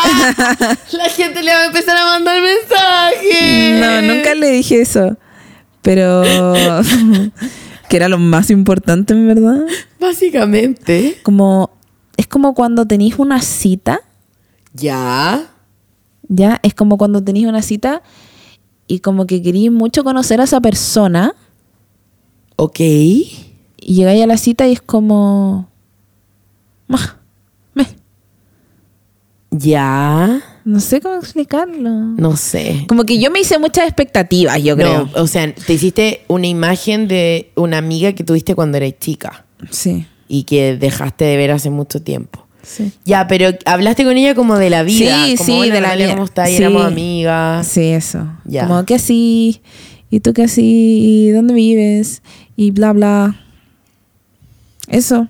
La gente le va a empezar a mandar mensajes. No, nunca le dije eso. Pero que era lo más importante, en verdad. Básicamente. Como es como cuando tenéis una cita, Ya. ¿ya? Es como cuando tenéis una cita y como que queréis mucho conocer a esa persona Ok. y llegáis a la cita y es como "Muah, meh". Ya. no sé cómo explicarlo. No sé. Como que yo me hice muchas expectativas, yo creo. No, o sea, te hiciste una imagen de una amiga que tuviste cuando eras chica Sí, y que dejaste de ver hace mucho tiempo. sí. Ya, pero hablaste con ella como de la vida. Sí, como, sí, "Hola, de la Natalia, vida". ¿Cómo estás? Y Sí. éramos amigas. Ah, Sí, eso. Ya. Como que así, y tú que así, y dónde vives, y bla, bla. Eso.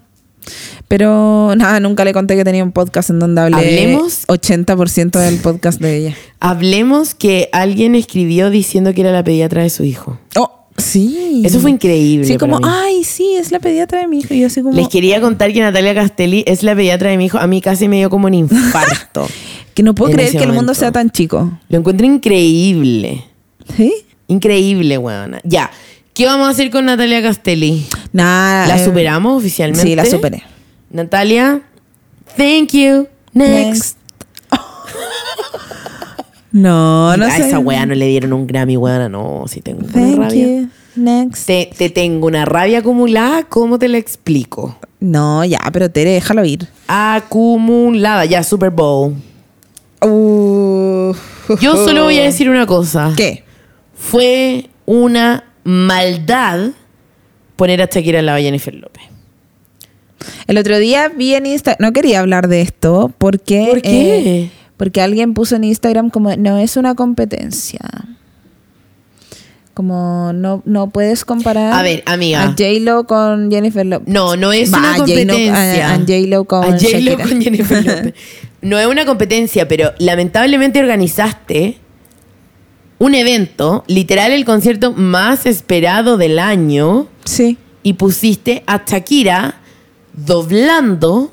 Pero nada, nunca le conté que tenía un podcast en donde hablé ¿Hablemos? 80% del podcast de ella. Hablemos que alguien escribió diciendo que era la pediatra de su hijo. Oh, sí. Eso fue increíble. Sí, para como, "Ah, mí. ay, sí, es la pediatra de mi hijo. Y yo así como, Les quería contar que Natalia Castelli es la pediatra de mi hijo. A mí casi me dio como un infarto. que no puedo en creer ese que el mundo momento. sea tan chico. Lo encuentro increíble. ¿Sí? Increíble, weona. Ya. ¿Qué vamos a hacer con Natalia Castelli? Nada. ¿La eh, superamos oficialmente? Sí, la superé. Natalia, thank you. Next. No, no a sé. esa weá no le dieron un Grammy, weona. No, sí tengo una Thank rabia. you. Next. Te, te tengo una rabia acumulada, ¿cómo te la explico? No, ya, pero Tere, déjalo ir. Acumulada, ya, Super Bowl. Yo solo voy a decir una cosa. Oh. Uh. ¿Qué? fue una maldad poner a Shakira al lado de Jennifer López. El otro día vi en Instagram, no quería hablar de esto porque... ¿Por qué? eh, porque alguien puso en Instagram como, no es una competencia. Como no, no puedes comparar A ver, amiga. a J-Lo con Jennifer Lopez. No, no es Va, una a J-Lo- competencia. a- a J-Lo con A J-Lo Shakira. con Jennifer López. No es una competencia, pero lamentablemente organizaste un evento, literal el concierto más esperado del año, Sí. y pusiste a Shakira doblando,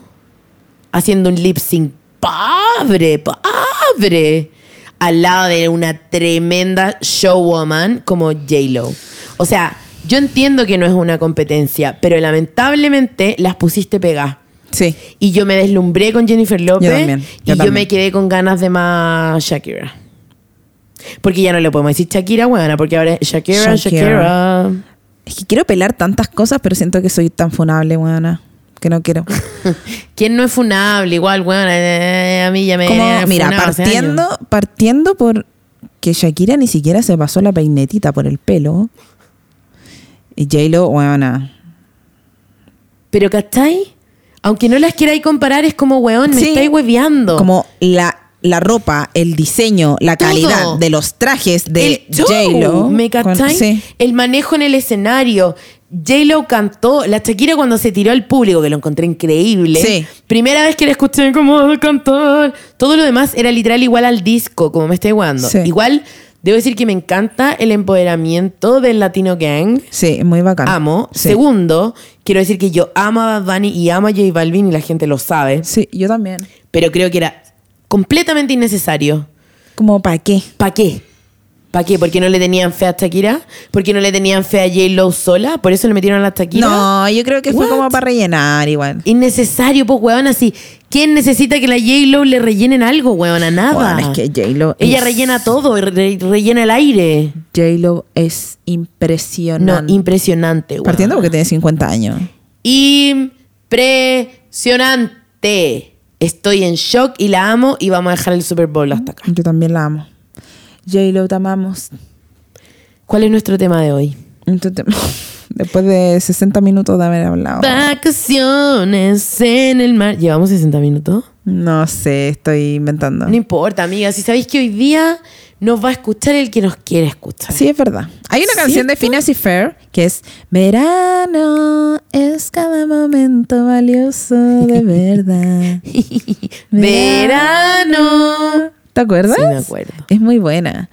haciendo un lip sync padre, padre, al lado de una tremenda showwoman como J-Lo. O sea, yo entiendo que no es una competencia, pero lamentablemente las pusiste pegadas. Sí. Y yo me deslumbré con Jennifer López. también, yo y yo también. me quedé con ganas de más Shakira. Porque ya no le podemos decir Shakira, bueno, porque ahora es Shakira. Shakira. Shakira. Es que quiero pelar tantas cosas, pero siento que soy tan funable, weona, que no quiero. ¿Quién no es funable? Igual, weón, eh, a mí ya me... Como, me mira, funaba hace años. partiendo, partiendo por que Shakira ni siquiera se pasó la peinetita por el pelo. Y J-Lo, weona. Pero, ¿cachai? Aunque no las queráis comparar, es como, weón, me Sí. estáis hueveando. Como la, la ropa, el diseño, la Todo. calidad de los trajes de El show, J-Lo. ¿Me con- cachai? sí. El manejo en el escenario. J-Lo cantó, la Shakira cuando se tiró al público, que lo encontré increíble. Sí. Primera vez que la escuché como cantar. Todo lo demás era literal igual al disco, como me estoy jugando. Sí. Igual Debo decir que me encanta el empoderamiento del Latino Gang. Sí, muy bacán. Amo. Sí. Segundo, quiero decir que yo amo a Bad Bunny y amo a J Balvin y la gente lo sabe. Sí, yo también. Pero creo que era completamente innecesario. Como, ¿para qué? ¿Para qué? ¿Para qué? ¿Por qué no le tenían fe a Shakira? ¿Por qué no le tenían fe a J-Lo sola? ¿Por eso le metieron a la Shakira? No, yo creo que fue What? como para rellenar igual. Innecesario, pues, weón, así. ¿Quién necesita que la J-Lo le rellenen algo, weón? A nada. Weón, es que J-Lo Ella es- rellena todo, re- rellena el aire. J-Lo es impresionante. No, impresionante, weón. Partiendo porque tiene 50 años. Impresionante. Estoy en shock y la amo y vamos a dejar el Super Bowl hasta acá. Yo también la amo. J-Lo, te amamos. ¿Cuál es nuestro tema de hoy? Entonces, después de 60 minutos de haber hablado. Vacaciones en el mar. ¿Llevamos 60 minutos? No sé, estoy inventando. No importa, amiga. Si sabéis que hoy día nos va a escuchar el que nos quiere escuchar. Sí, es verdad. Hay una canción de Phineas y Fair que es Verano es cada momento valioso de verdad. Verano. ¿Te acuerdas? Sí, me acuerdo. Es muy buena.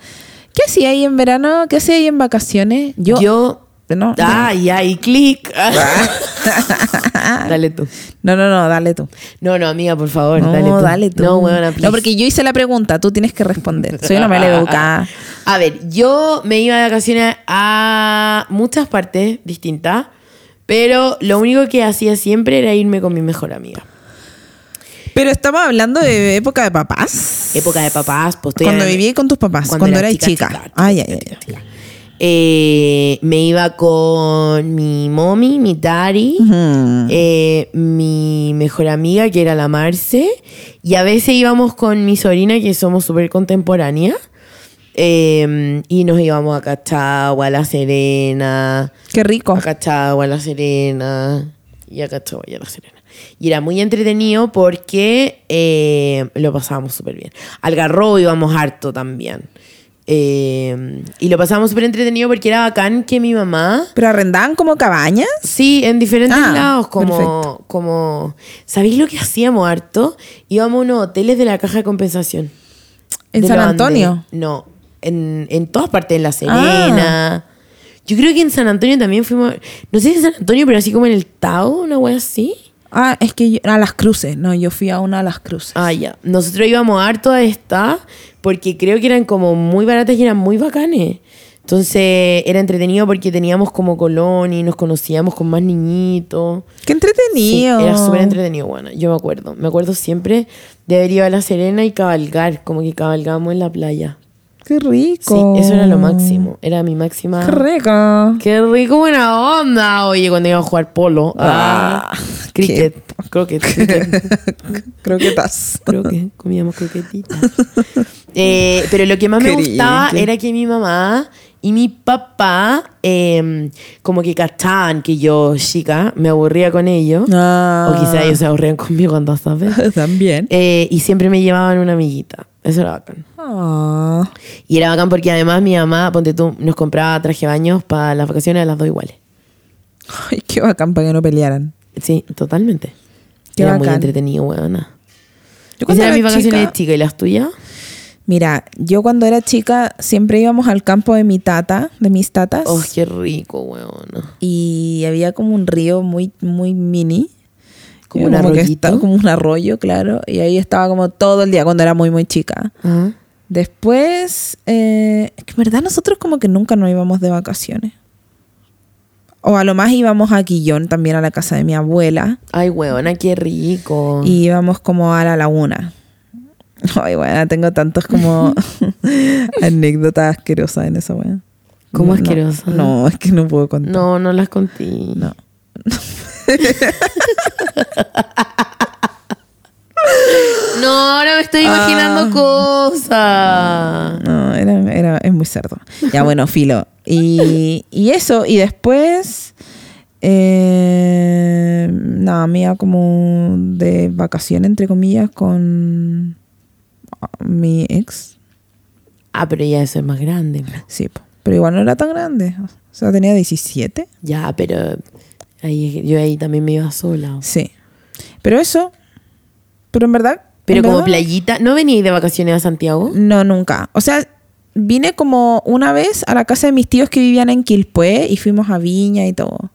¿Qué hacía ahí en verano? ¿Qué hacía ahí en vacaciones? Yo. Yo. No, ay, ay, clic. Ah. dale tú. no, no, no, dale tú. No, no, amiga, por favor. no, dale tú. No, huevona, No, please. porque yo hice la pregunta, tú tienes que responder. Soy una mala educada. A ver, yo me iba de vacaciones a muchas partes distintas, pero lo único que hacía siempre era irme con mi mejor amiga. Pero estamos hablando de época de papás. Época de papás, pues estoy Cuando hablando- viví con tus papás, cuando, era eras chica. Ay, ay, ay. Eh, me iba con mi mommy, mi daddy, Ujú. eh, mi mejor amiga, que era la Marce, y a veces íbamos con mi sobrina, que somos súper contemporáneas, eh, y nos íbamos a Cachagua, a La Serena, Qué rico. a Cachagua, a La Serena, y a Cachagua, y a La Serena. Y era muy entretenido porque eh, lo pasábamos súper bien. Al Garrobo íbamos harto también. Eh, y lo pasábamos súper entretenido porque era bacán que mi mamá... Pero arrendaban como cabañas. Sí, en diferentes Ah, lados, como, perfecto. como... ¿Sabéis lo que hacíamos harto? Íbamos a unos hoteles de la caja de compensación. En De San los Antonio. Andes. No, en, en todas partes, en La Ah. Serena. Yo creo que en San Antonio también fuimos... No sé si en San Antonio, pero así como en el Tao, una wea así. Ah, es que yo- a las cruces. No, yo fui a una de las cruces. Ah, ya. Nosotros íbamos harto a esta porque creo que eran como muy baratas y eran muy bacanes. Entonces era entretenido porque teníamos como colón y nos conocíamos con más niñitos. Qué Sí, entretenido. era súper entretenido, bueno, yo me acuerdo. Me acuerdo siempre de haber ido a La Serena y cabalgar, como que cabalgamos en la playa. Qué Sí, rico. eso era lo máximo, era mi máxima... Qué rico. ¡Qué rico, buena onda! Oye, cuando iba a jugar polo. Ah, Ah, cricket, croquet, cricket. Creo que estás. Creo que comíamos croquetitas. Eh, pero lo que más me Cringe. gustaba era que mi mamá y mi papá, eh, como que cachaban que yo, chica, me aburría con ellos. Ah. O quizá ellos se aburrían conmigo, cuando sabes. También. Eh, y siempre me llevaban una amiguita. Eso era bacán. Ah. Y era bacán porque además mi mamá, ponte tú, nos compraba traje de baños para las vacaciones a las dos iguales. Ay, qué bacán para que no pelearan. Sí, totalmente. Qué era muy bacán. entretenido, weona. Yo Esas cuando era eran mis vacaciones chica- de chica y las tuyas. Mira, yo cuando era chica siempre íbamos al campo de mi tata, de mis tatas. Oh, qué rico, weona. y había como un río muy, muy mini. Como un que arroyito. estaba- como un arroyo, claro. Y ahí estaba como todo el día cuando era muy, muy chica. Ajá. Después, eh, es que en verdad nosotros como que nunca nos íbamos de vacaciones. O a lo más íbamos a Quillón, también a la casa de mi abuela. Ay, weona, qué rico. Y íbamos como a la laguna. Ay, bueno, tengo tantos como anécdotas asquerosas en esa weá. No, no, ¿Cómo asquerosa? No, es que no puedo contar. No, no las conté. No. No, ahora me estoy imaginando Ah. cosas. No, era, era- es muy cerdo. Ya bueno, filo. Y, y eso, y después, eh, nada, me iba como de vacaciones, entre comillas, con mi ex. Ah, pero ya eso es más grande. po. Sí, po. pero igual no era tan grande. O sea, tenía 17. Ya, pero ahí, yo ahí también me iba sola. Sí. Pero eso, pero en verdad... Pero en como verdad, playita, ¿no veníais de vacaciones a Santiago? No, nunca. O sea, vine como una vez a la casa de mis tíos que vivían en Quilpué y fuimos a Viña y todo.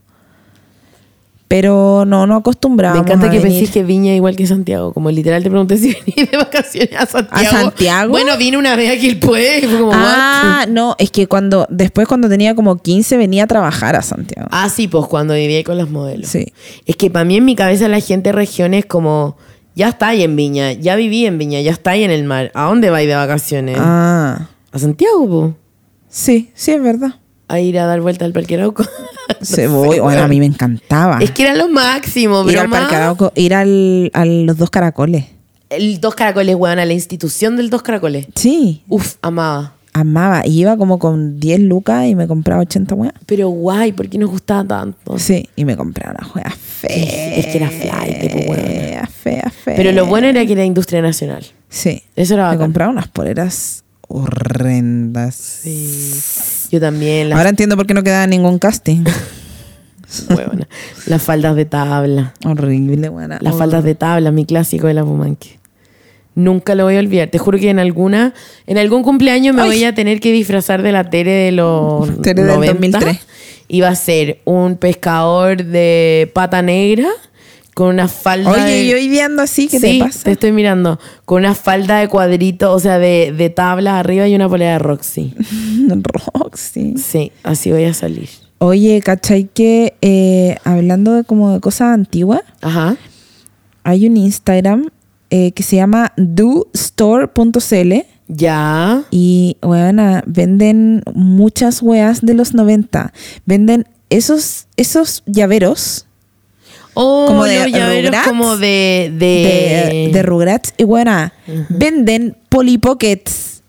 Pero no, no Me acostumbrábamos encanta a que venir. pensís que Viña igual que Santiago. Como literal te pregunté si venís de vacaciones a Santiago. Santiago? Bueno, vine una vez a Quilpué y fue como, Ah, no, es que cuando después cuando tenía como 15 venía a trabajar a Santiago. what? Ah, sí, pues cuando vivía con los modelos. Sí. Es que para mí en mi cabeza la gente de región es como, ya está ahí en Viña, ya viví en Viña, ya está ahí en el mar. ¿A dónde vais de vacaciones? Ah, A Santiago, po. sí, sí es verdad. A ir a dar vuelta al Parque Arauco. No Se sé, voy, bueno, weón. a mí me encantaba. Es que era lo máximo, ir pero al Parque más- Arauco, ir al, a los dos caracoles. El Dos Caracoles, weón, a la institución del Dos Caracoles. Sí, Uf, amaba. amaba. Y iba como con 10 lucas y me compraba 80 weas. Pero guay, ¿por qué nos gustaba tanto? Sí, y me compraba una juega fea. Oh. Es que era flight, tipo, Fea, weona. fea. Pero lo bueno era que era industria nacional. Sí. Eso era me bacán. compraba unas poleras horrendas. Yo también, las, Ahora entiendo por qué no quedaba ningún casting. huevona. las faldas de tabla. Horrible, Oh. buena. Las faldas de tabla, mi clásico de la Bumanque. Nunca lo voy a olvidar. Te juro que en alguna, en algún cumpleaños me Ay. voy a tener que disfrazar de la Tere de los Tere del 90. 2003. Iba a ser un pescador de pata negra con una falda Oye, de... yo viviendo así, ¿qué Sí, te pasa? te estoy mirando. Con una falda de cuadrito, o sea, de, de tabla arriba y una polea de Roxy. Roxy. Sí, así voy a salir. Oye, ¿cachai que eh, hablando de como de cosas antiguas, Ajá. hay un Instagram eh, que se llama dostore.cl Ya. y, weona, venden muchas weas de los 90. Venden esos, esos llaveros Oh, Como como de de llaveros Rugrats. como de... de, De, de Rugrats y, weona, venden Polipockets.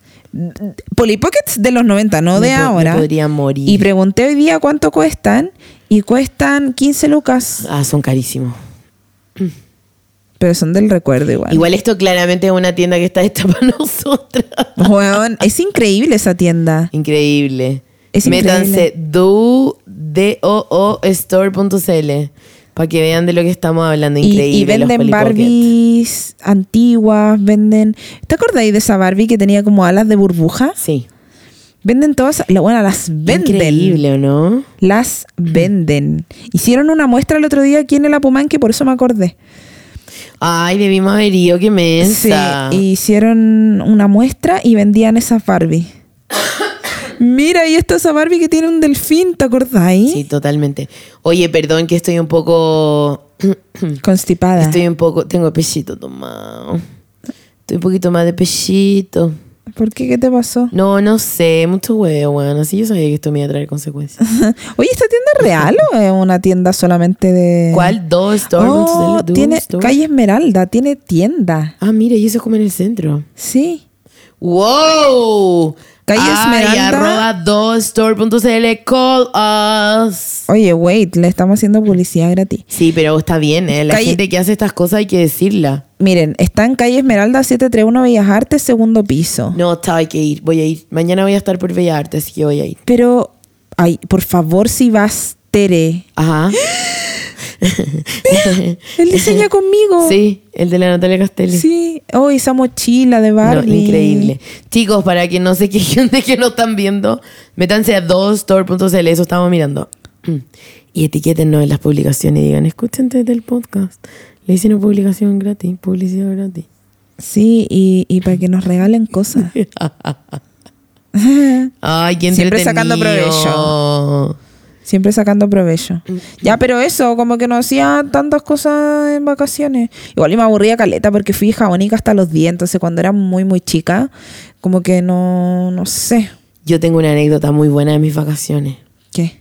Polipockets de los 90, no de Me po- me ahora. podría morir. Y pregunté hoy día cuánto cuestan y cuestan 15 lucas. Ah, son carísimos. Pero son del recuerdo igual. Igual esto claramente es una tienda que está hecha para nosotras. Weón, es increíble esa tienda. Increíble. Es Métanse do o store.cl para que vean de lo que estamos hablando. Y, Increíble. y los venden Polly Pocket. Barbies antiguas, venden... ¿Te acordáis de esa Barbie que tenía como alas de burbuja? Sí. Venden todas... la- Bueno, las venden. Increíble, ¿o no? Las venden. Hicieron una muestra el otro día aquí en el Apumán que por eso me acordé. Ay, debimos haber ido, qué mensa. Sí, hicieron una muestra y vendían esas Barbie. Mira, ahí está esa Barbie que tiene un delfín, ¿te acordáis? Sí, totalmente. Oye, perdón que estoy un poco... Constipada. Estoy un poco... Tengo pechito tomado. Estoy un poquito más de pechito. ¿Por qué? ¿Qué te pasó? No, no sé, mucho huevo, weón. Así yo sabía que esto me iba a traer consecuencias. Oye, ¿esta tienda es real o es una tienda solamente de...? ¿Cuál? Dos Store. Oh, Dos tiene Store. calle Esmeralda, tiene tienda. Ah, mira, y eso es como en el centro. Sí. ¡Wow! Calle Ay, Esmeralda. arroba doorstore.cl, call us. Oye, wait, le estamos haciendo publicidad gratis. Sí, pero está bien, ¿eh? La Calle- gente que hace estas cosas hay que decirla. Miren, está en calle Esmeralda 731 Bellas Artes, segundo piso. No, está, hay que ir, voy a ir. Mañana voy a estar por Bella Arte, así que voy a ir. Pero, ay, por favor, si vas, Tere. Ajá. Él diseña conmigo. sí, el de la Natalia Castelli. Sí. Oh, esa mochila de No, Barbie. increíble. Chicos, para que no se quejen de que no están viendo, métanse a doorstore.cl, eso estamos mirando. Y etiquétennos en las publicaciones y digan, escuchen desde el podcast. Le hice una publicación gratis, publicidad gratis. Sí, y, y para que nos regalen cosas. Ay, qué entretenido. Siempre sacando provecho. Siempre sacando provecho. Ya, pero eso, como que no hacía tantas cosas en vacaciones. Igual yo me aburría caleta porque fui jabonica hasta los 10, entonces cuando era muy, muy chica, como que no, no sé Yo tengo una anécdota muy buena de mis vacaciones. qué.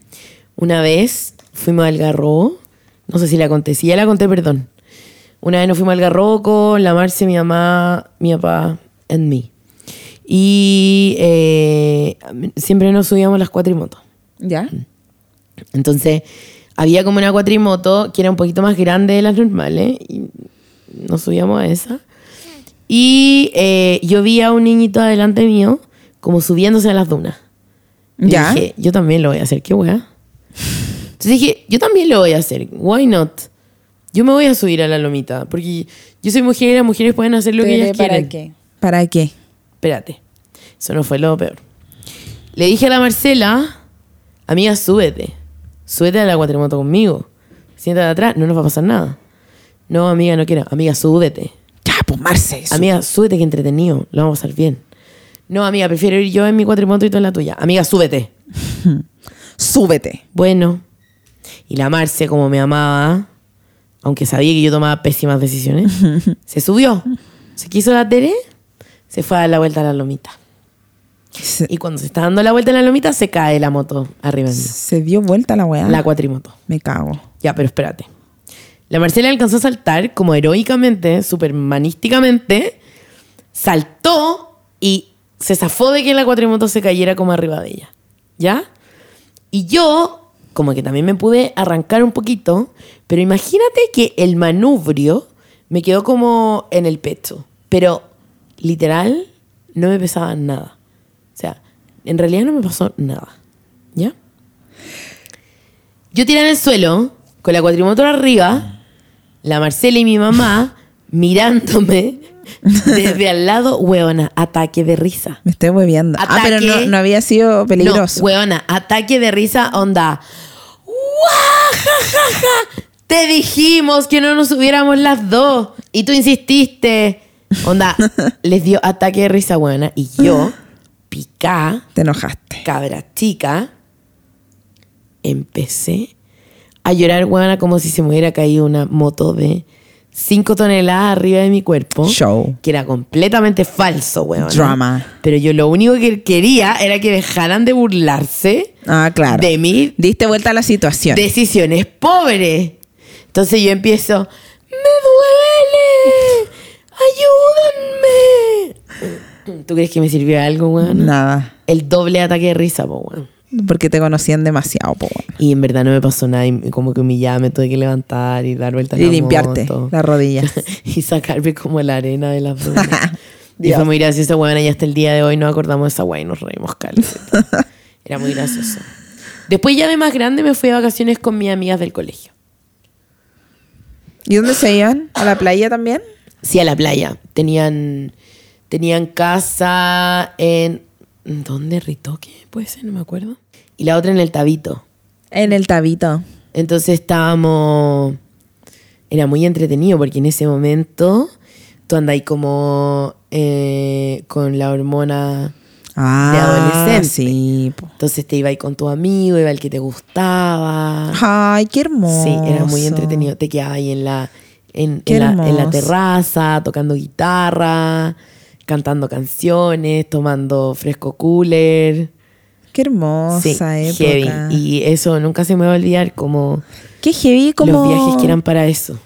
Una vez fuimos al Garrobo, no sé si la conté, si ya la conté, perdón. Una vez nos fuimos al Garrobo con la Marce, mi mamá, mi papá, and me. Y eh, siempre nos subíamos a las cuatrimotos. ¿Ya? Mm. Entonces, había como una cuatrimoto que era un poquito más grande de las normales. Y nos subíamos a esa. Y eh, yo vi a un niñito adelante mío, como subiéndose a las dunas. Y ¿Ya? dije, yo también lo voy a hacer, qué weá. Entonces dije, yo también lo voy a hacer, why not? Yo me voy a subir a la lomita, porque yo soy mujer y las mujeres pueden hacer lo que ellas quieren. ¿Para qué? Espérate, eso no fue lo peor. Le dije a la Marcela, amiga, súbete. Súbete a la cuatrimoto conmigo. Siéntate atrás, no nos va a pasar nada. No, amiga, no quiero. Amiga, súbete. Ya, pues Marce. su- Amiga, súbete que entretenido, lo vamos a pasar bien. No, amiga, prefiero ir yo en mi cuatrimoto y tú en la tuya. Amiga, súbete. Súbete. Bueno. Y la Marce, como me amaba, aunque sabía que yo tomaba pésimas decisiones, se subió. Se quiso la tele, se fue a dar la vuelta a la lomita. Se, Y cuando se está dando la vuelta a la lomita, se cae la moto arriba mío. se dio vuelta la weá. La cuatrimoto. Me cago. Ya, pero espérate. La Marcela alcanzó a saltar como heroicamente, supermanísticamente, saltó y se zafó de que la cuatrimoto se cayera como arriba de ella. ¿Ya? Y yo, como que también me pude arrancar un poquito, pero imagínate que el manubrio me quedó como en el pecho. Pero literal, no me pesaba nada. O sea, en realidad no me pasó nada. ¿Ya? Yo tiré en el suelo, con la cuatrimotor arriba, la Marcela y mi mamá mirándome desde al lado, hueona, ataque de risa. Me estoy hueviando. Ah, pero no, Ataque. no había sido peligroso. No, hueona, ataque de risa, onda. ¡Guajajaja! Te dijimos que no nos hubiéramos las dos y tú insististe. Onda, les dio ataque de risa, hueona, y yo, picá, Te enojaste. cabra chica, empecé a llorar, huevona, como si se me hubiera caído una moto de 5 toneladas arriba de mi cuerpo. Show. Que era completamente falso, huevona. Drama. Pero yo lo único que quería era que dejaran de burlarse Ah, claro. de mi Diste vuelta a la situación. decisiones pobres. Entonces yo empiezo, me duele, ayúdenme. ¿Tú crees que me sirvió de algo, weón? Nada. El doble ataque de risa, po, weón. Porque te conocían demasiado, po. weón. Y en verdad no me pasó nada, y como que humillada, me tuve que levantar y dar vueltas a Y la limpiarte moto. las rodillas. y sacarme como la arena de las rodillas. y fue muy gracioso, weón, y hasta el día de hoy nos acordamos de esa weá y nos reímos caleta. Era muy gracioso. Después ya de más grande me fui de vacaciones con mis amigas del colegio. ¿Y dónde se iban? ¿A la playa también? Sí, a la playa. Tenían, tenían casa en... ¿Dónde? ¿Ritoque? Puede ser, no me acuerdo. Y la otra en el Tabito. En el Tabito. Entonces estábamos. Era muy entretenido porque en ese momento tú andas ahí como eh, con la hormona. Ah, adolescente. sí, po. Entonces te iba ahí con tu amigo, iba el que te gustaba. Ay, qué hermoso. Sí, era muy entretenido. Te quedabas ahí en la, en, Qué en la, en la hermoso. terraza, tocando guitarra, cantando canciones, tomando fresco cooler. Qué hermosa Sí, heavy. época. Y eso nunca se me va a olvidar como Qué heavy como... los viajes que eran para eso.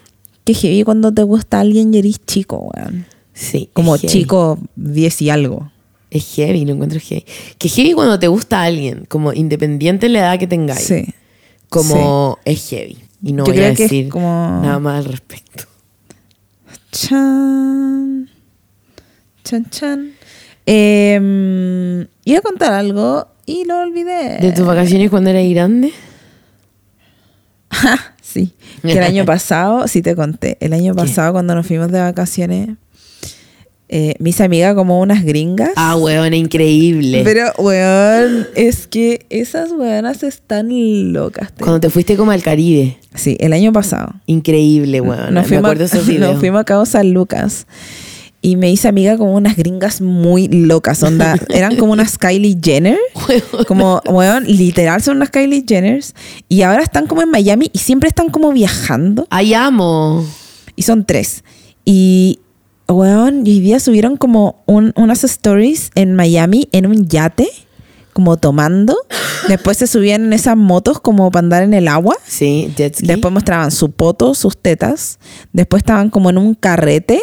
Qué heavy cuando te gusta alguien y eres chico, weón. Sí. Como es heavy. chico 10 y algo. Es heavy, lo encuentro heavy. Que heavy cuando te gusta a alguien, como independiente de la edad que tengáis. Sí. Como es heavy. Y no Yo voy a creo que es decir como- nada más al respecto. Chan. Chan, chan. Eh, iba a contar algo y lo olvidé. ¿De tus vacaciones cuando eras grande? Ah, sí. Que el año pasado, sí te conté, el año pasado cuando nos fuimos de vacaciones, eh, mis amigas como unas gringas. Ah, weón, increíble. Pero, weón, es que esas weonas están locas. te- Cuando te fuiste como al Caribe. Sí, el año pasado. Increíble, weón. nos, Me fuimos, acuerdo de esos videos. nos fuimos a Cabo San Lucas y me hice amiga como unas gringas muy locas. Onda, eran como unas Kylie Jenner. Weón. Como, weón, literal son unas Kylie Jenners. Y ahora están como en Miami y siempre están como viajando. Ay, amo. Y son tres. Y, weón, y hoy día subieron como un- unas stories en Miami en un yate, como tomando. Después se subían en esas motos como para andar en el agua. Sí, jet ski. Después mostraban su poto, sus tetas. Después estaban como en un carrete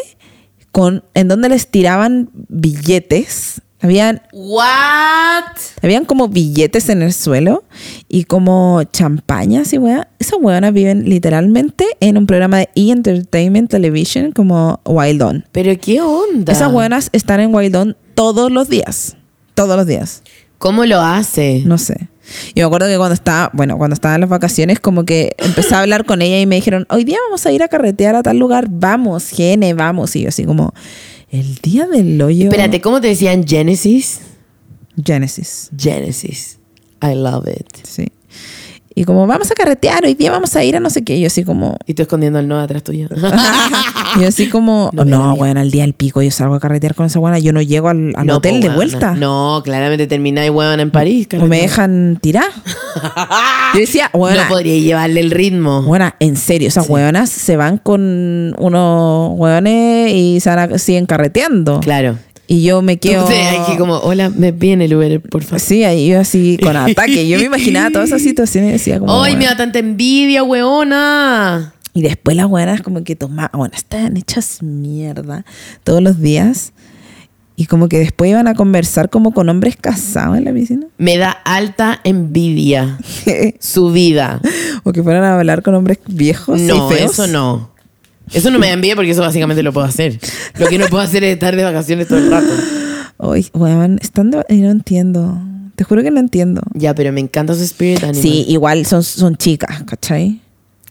con, en donde les tiraban billetes. Habían, What? habían como billetes en el suelo y como champañas y weá. Esas weonas viven literalmente en un programa de E! Entertainment Television como Wild On. Pero qué onda. Esas weonas están en Wild On todos los días. Todos los días. ¿Cómo lo hace? No sé. Yo me acuerdo que cuando estaba, bueno, cuando estaba en las vacaciones, como que empecé a hablar con ella y me dijeron, hoy día vamos a ir a carretear a tal lugar, vamos, gene, vamos. Y yo así como, el día del hoyo. Espérate, ¿cómo te decían Genesis? Genesis. Genesis. I love it. Sí. Y como, vamos a carretear, hoy día vamos a ir a no sé qué. Y yo así como, Y tú escondiendo al no atrás tuyo. Ah, yo así como, "Oh, no, No, mira, mira. weón, al día del pico yo salgo a carretear con esa buena, yo no llego al, al No, hotel po, de weona. vuelta. No, claramente termináis huevona en París. O me carretera. dejan tirar. Yo decía, No weona, podría llevarle el ritmo. Buena, en serio, esas hueonas se van con unos hueones y se van a- siguen carreteando. Claro. Y yo me quedo. Entonces hay que como, hola, me viene el Uber, por favor. Sí, ahí yo así con ataque. Yo me imaginaba todas esas situaciones y decía como. Ay, "Hueona". me da tanta envidia, weona. Y después las hueonas como que tomaban. "Ah, Bueno, estaban hechas mierda todos los días. Y como que después iban a conversar como con hombres casados en la piscina. Me da alta envidia su vida. o que fueran a hablar con hombres viejos. No, y feos. eso no. Eso no me da envidia porque eso básicamente lo puedo hacer. Lo que no puedo hacer es estar de vacaciones todo el rato. Ay, hueón, estando. y No entiendo. Te juro que no entiendo. Ya, pero me encanta su spirit animal. Sí, igual son, son chicas, ¿cachai?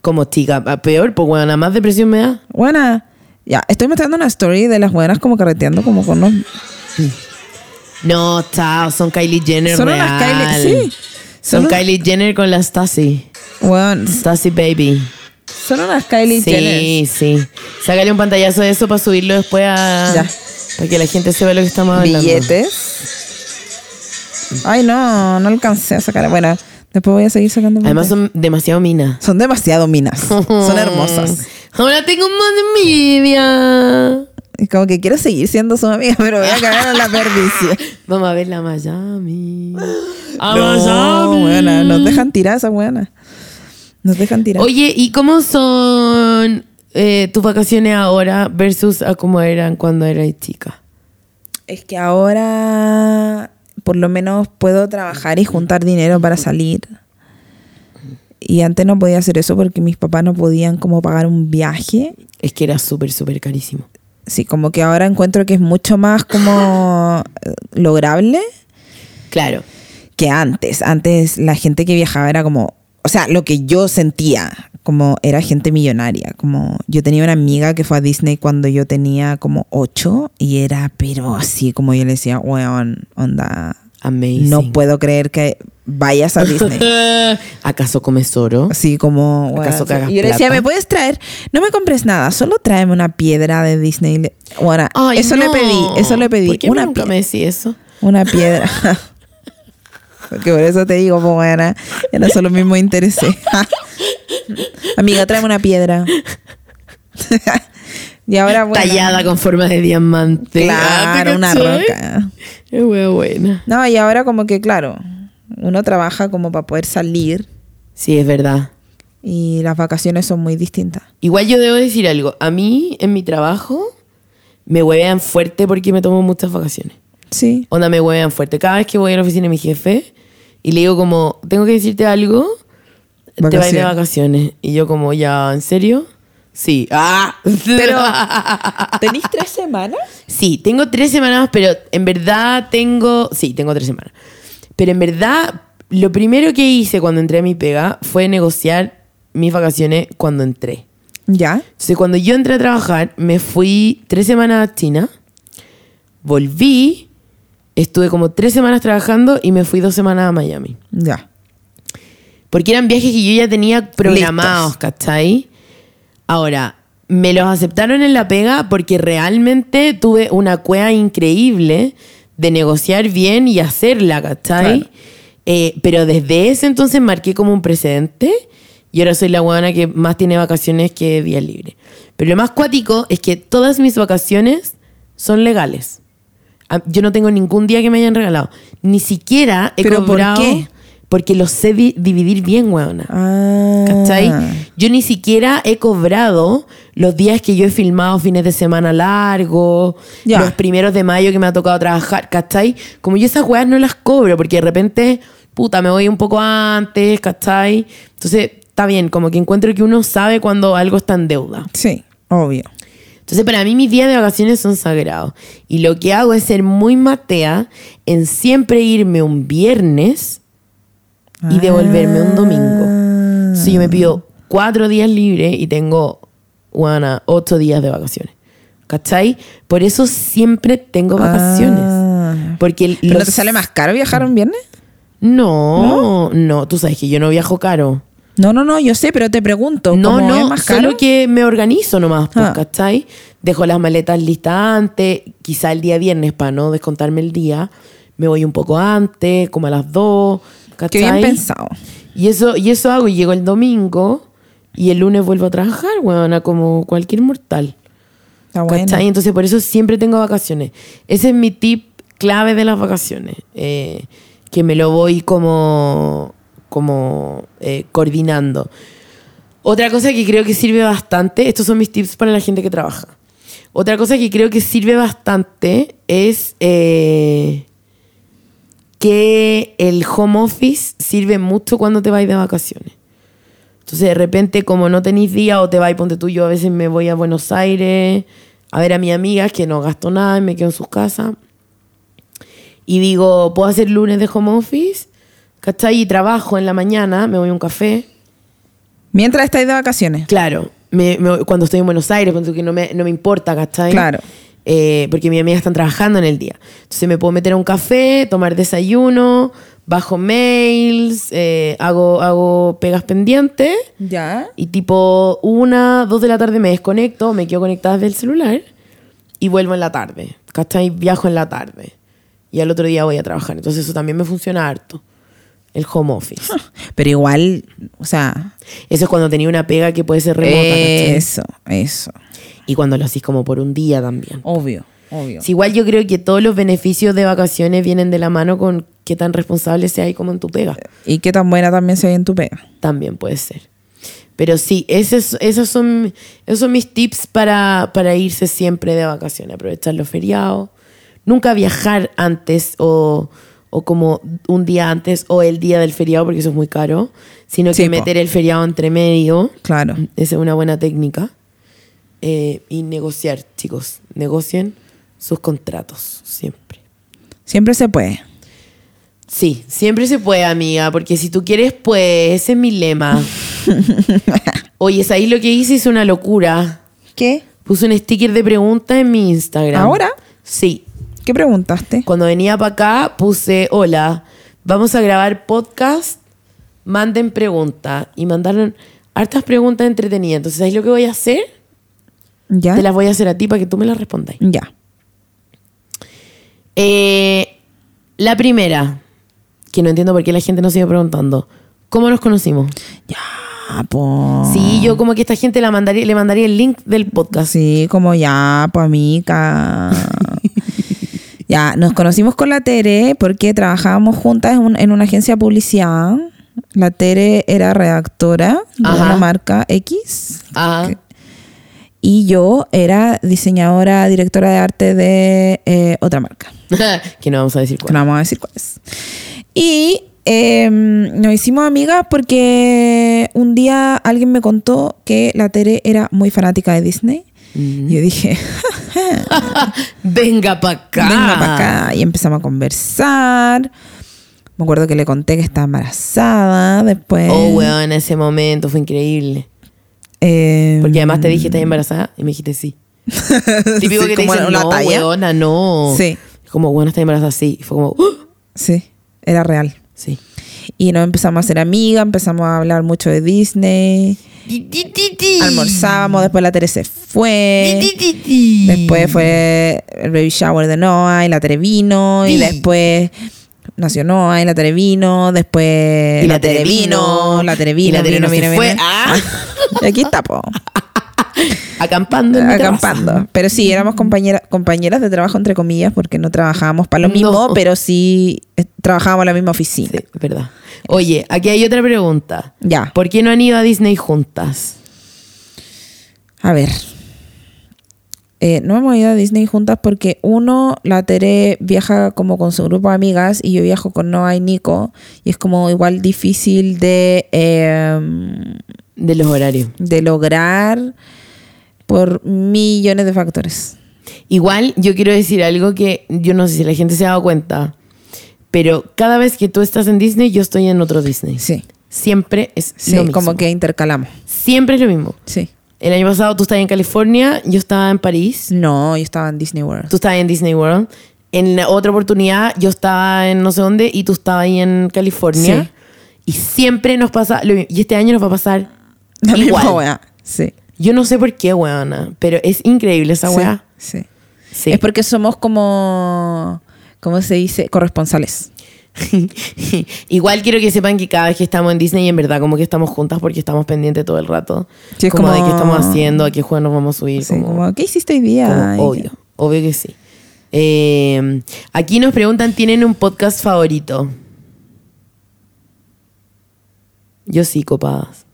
Como tica. a Peor, pues weona, más depresión me da. Buena. Ya, estoy mostrando una story de las buenas como carreteando como con unos... No, chao, son Kylie Jenner Son real. unas Kylie... Sí. Son, Son un- Kylie Jenner con la Stasi. weón, Stasi Baby. son unas Kylie sí, Jenner. sí. Sácale un pantallazo de eso para subirlo después a. Ya. Para que la gente sepa lo que estamos hablando. Billetes. Ay, no, no alcancé a sacar. Bueno, después voy a seguir sacando. Además pantallas. son demasiado minas. son demasiado minas. son hermosas. Ahora tengo más envidia. Es como que quiero seguir siendo su amiga, pero voy a cagar en la perdición. Vamos a ver la Miami. A No, Miami. buena, nos dejan tirar esas buenas. Nos dejan tirar. Oye, ¿y cómo son eh, tus vacaciones ahora versus a cómo eran cuando eras chica? Es que ahora por lo menos puedo trabajar y juntar dinero para salir. Y antes no podía hacer eso porque mis papás no podían como pagar un viaje. Es que era súper, súper carísimo. Sí, como que ahora encuentro que es mucho más como eh, lograble Claro. que antes. Antes la gente que viajaba era como, o sea, lo que yo sentía como era gente millonaria. Como yo tenía una amiga que fue a Disney cuando yo tenía como ocho y era, pero así como yo le decía, weón, onda, Amazing. Eh. No puedo creer que vayas a Disney. ¿Acaso comes oro? Así como. bueno, ¿Acaso sí. cagas Y yo le decía, plata? ¿me puedes traer? No me compres nada, solo tráeme una piedra de Disney. Bueno, Ay, eso le no. pedí, eso le pedí. ¿Por qué una, nunca pie- me decís eso? una piedra. Porque por eso te digo, pues bueno, era solo mismo interés. Amiga, tráeme una piedra. y ahora, bueno. Tallada con forma de diamante. Ah, ¿te Claro, una cachai? roca. Es wea buena. No, y ahora como que, claro, uno trabaja como para poder salir. Sí, es verdad. Y las vacaciones son muy distintas. Igual yo debo decir algo. A mí, en mi trabajo, me huevean fuerte porque me tomo muchas vacaciones. Sí. Onda, me huevean fuerte. Cada vez que voy a la oficina de mi jefe y le digo como, tengo que decirte algo, te vas a ir Vacaciones. de vacaciones. Y yo como, ya, ¿en serio? Sí. ¡Ah! Pero, ¿tenéis tres semanas? Sí, tengo tres semanas, pero en verdad tengo. Sí, tengo tres semanas. Pero en verdad, lo primero que hice cuando entré a mi pega fue negociar mis vacaciones cuando entré. Ya. Entonces, cuando yo entré a trabajar, me fui tres semanas a China, volví, estuve como tres semanas trabajando y me fui dos semanas a Miami. Ya. Porque eran viajes que yo ya tenía programados, Listos. ¿cachai? Ahora, me los aceptaron en la pega porque realmente tuve una cueva increíble de negociar bien y hacerla, ¿cachai? Claro. Eh, pero desde ese entonces marqué como un precedente y ahora soy la guana que más tiene vacaciones que día libre. Pero lo más cuático es que todas mis vacaciones son legales. Ah, Yo no tengo ningún día que me hayan regalado. Ni siquiera he ¿Pero por cobrado. qué? Porque lo sé di- dividir bien, weona. Ah. ¿Cachai? Yo ni siquiera he cobrado los días que yo he filmado fines de semana largo, Ya. los primeros de mayo que me ha tocado trabajar, ¿cachai? Como yo esas weas no las cobro porque de repente, puta, me voy un poco antes, ¿cachai? Entonces, está bien, como que encuentro que uno sabe cuando algo está en deuda. Sí, obvio. Entonces, para mí, mis días de vacaciones son sagrados. Y lo que hago es ser muy matea en siempre irme un viernes Ah. y devolverme un domingo. Si yo me pido cuatro días libres y tengo, bueno, ocho días de vacaciones. ¿Cachai? Por eso siempre tengo vacaciones. Ah. Porque el- ¿Pero no los- te sale más caro viajar un viernes? No, no, tú sabes que yo no viajo caro. No, no, no, yo sé, pero te pregunto. No, ¿cómo es no, más caro? solo que me organizo nomás, pues, Ah. ¿cachai? Dejo las maletas listas antes, quizá el día viernes para no descontarme el día. Me voy un poco antes, como a las dos, Qué ¿cachai? bien pensado. Y eso, y eso hago, y llego el domingo y el lunes vuelvo a trabajar, weona, como cualquier mortal. Está bueno. ¿Cachai? Entonces por eso siempre tengo vacaciones. Ese es mi tip clave de las vacaciones. eh, que me lo voy como, como eh, coordinando. Otra cosa que creo que sirve bastante, estos son mis tips para la gente que trabaja. Otra cosa que creo que sirve bastante es eh, que el home office sirve mucho cuando te vais de vacaciones. Entonces, de repente, como no tenéis día o te vais, ponte tú, yo a veces me voy a Buenos Aires a ver a mis amigas que no gasto nada y me quedo en sus casas. Y digo, ¿puedo hacer lunes de home office? ¿Cachai? Y trabajo en la mañana, me voy a un café. Mientras estáis de vacaciones. Claro, me- me- cuando estoy en Buenos Aires, ponte tú que no me, no me importa, ¿cachai? Claro. Eh, porque mis amigas están trabajando en el día. Entonces me puedo meter a un café, tomar desayuno, bajo mails, eh, hago, hago pegas pendientes. Ya. Y tipo una, dos de la tarde me desconecto, me quedo conectada del celular y vuelvo en la tarde. ¿Cachai? Viajo en la tarde. Y al otro día voy a trabajar. Entonces eso también me funciona harto. El home office. Pero igual, o sea. Eso es cuando tenía una pega que puede ser remota. ¿cachai? eso, eso. Y cuando lo hacís como por un día también. Obvio, obvio. Sí, igual yo creo que todos los beneficios de vacaciones vienen de la mano con qué tan responsable seas y como en tu pega. Y qué tan buena también se ve en tu pega. También puede ser. Pero sí, ese es- esos, son, esos son mis tips para, para irse siempre de vacaciones, aprovechar los feriados. Nunca viajar antes o, o como un día antes o el día del feriado, porque eso es muy caro, sino Sí, que po. meter el feriado entre medio. Claro. Esa es una buena técnica. Eh, y negociar, chicos, negocien sus contratos siempre. Siempre se puede. Sí, siempre se puede, amiga, porque si tú quieres, pues, ese es mi lema. Oye, ahí lo que hice? Hice una locura. ¿Qué? Puse un sticker de preguntas en mi Instagram. ¿Ahora? Sí. ¿Qué preguntaste? Cuando venía para acá, puse, hola, vamos a grabar podcast, manden preguntas. Y mandaron hartas preguntas entretenidas. Entonces, ahí lo que voy a hacer? ¿Ya? Te las voy a hacer a ti para que tú me las respondas. Ya. Eh, la primera, que no entiendo por qué la gente nos sigue preguntando. ¿Cómo nos conocimos? Ya, po. Sí, yo como que esta gente la mandaría, le mandaría el link del podcast. Así como ya, po, amiga. ya, nos conocimos con la Tere porque trabajábamos juntas en, un- en una agencia de publicidad. La Tere era redactora de Ajá. una marca X. Ah, Y yo era diseñadora, directora de arte de eh, otra marca. que no vamos a decir Que no cuál. vamos a decir cuál es. Y eh, nos hicimos amigas porque un día alguien me contó que la Tere era muy fanática de Disney. Y yo dije, Venga para acá. venga para acá. Y empezamos a conversar. Me acuerdo que le conté que estaba embarazada. Después. Oh, weón, en ese momento fue increíble. eh, Porque además te dije, ¿estás embarazada? Y me dijiste sí. Típico sí, que te como dicen, una no, talla. weona, no. Sí. Como, bueno, estás embarazada, sí. Y fue como, ¡Ah! Sí, era real. sí. Y nos empezamos a ser amigas, empezamos a hablar mucho de Disney. Almorzábamos, después la Tere se fue. Después fue el baby shower de Noah y la Tere vino. Y Sí. después nació Noah y la Tere vino. Después Y la Tere vino. La Tere Y vino. la Tere vino, no se vino, fue. vino. Ah. Y aquí está, po. Acampando. en mi terraza. Acampando. Pero sí, éramos compañeras compañeras de trabajo, entre comillas, porque no trabajábamos para lo mismo, No. pero sí eh, trabajábamos en la misma Sí, oficina. es verdad. Oye, aquí hay otra pregunta. Ya. ¿Por qué no han ido a Disney juntas? A ver. Eh, no hemos ido a Disney juntas porque uno, la Tere viaja como con su grupo de amigas y yo viajo con Noah y Nico y es como igual difícil de, eh, De los horarios. de lograr por millones de factores. Igual, yo quiero decir algo que yo no sé si la gente se ha dado cuenta, pero cada vez que tú estás en Disney, yo estoy en otro Disney. Sí, Siempre es sí, lo mismo. como que intercalamos. Siempre es lo mismo. Sí. El año pasado tú estabas en California, yo estaba en París, No, yo estaba en Disney World. tú estabas en Disney World, en la otra oportunidad yo estaba en no sé dónde y tú estabas ahí en California. Sí. Y siempre nos pasa, lo mi- y este año nos va a pasar La igual. misma weá. Sí. Yo no sé por qué, weona, pero es increíble esa sí, weá. sí. Sí. Es porque somos como, ¿cómo se dice? Corresponsales. Igual quiero que sepan que cada vez que estamos en Disney, en verdad, como que estamos juntas porque estamos pendientes todo el rato. Sí, es como, de como- qué estamos haciendo, a qué juego nos vamos a subir. Sí, como- como, ¿qué hiciste hoy día? como Ay, obvio, obvio que sí. Eh, aquí nos preguntan, ¿tienen un podcast favorito? Yo sí, copadas.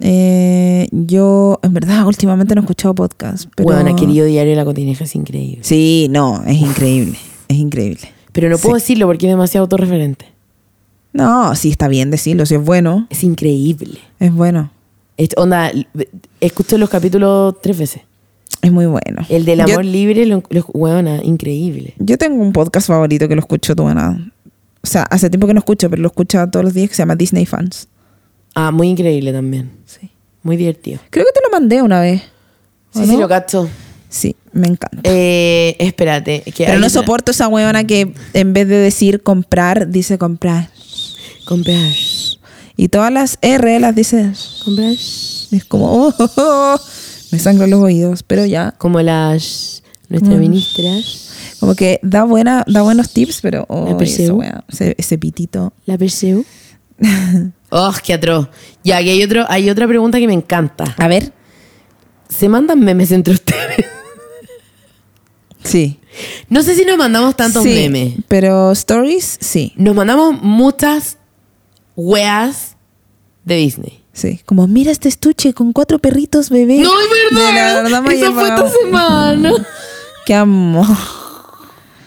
eh, yo, en verdad, últimamente no he escuchado podcast. Pero... Bueno, querido diario de la cotineja es increíble. Sí, no, es increíble. Es increíble. Pero no puedo Sí. decirlo porque es demasiado autorreferente. No, sí, está bien decirlo, si es bueno. Es increíble. Es bueno. Es- onda, escucho los capítulos tres veces. Es muy bueno. El del Yo- amor libre, lo, lo- weona, increíble. Yo tengo un podcast favorito que lo escucho todo nada. O sea, hace tiempo que no escucho, pero lo escucho todos los días que se llama Disney Fans. Ah, muy increíble también. Sí. Muy divertido. Creo que te lo mandé una vez. Sí, ¿o sí, no? lo cacho. Sí, me encanta. Eh, espérate. Que pero hay no una- soporto esa huevona que en vez de decir comprar, dice comprar. Comprar. Y todas las R las dice. Comprar. Es como, oh, oh, oh, me sangran los oídos, pero ya. Como las. Nuestra Mm. ministra. Como que da, buena, da buenos tips, pero oh, La esa percebo. hueá, ese, ese pitito. La Perseu. ¡Oh, qué atroz! Ya, aquí hay, otro, hay otra pregunta que me encanta. A ver. ¿Se mandan memes entre ustedes? Sí. No sé si nos mandamos tantos Sí, memes. Pero stories, sí. Nos mandamos muchas weas de Disney. Sí. Como, mira este estuche con cuatro perritos bebé. No, es De verdad. la verdad Esa mayor fue esta vagabundo. semana. Qué amor.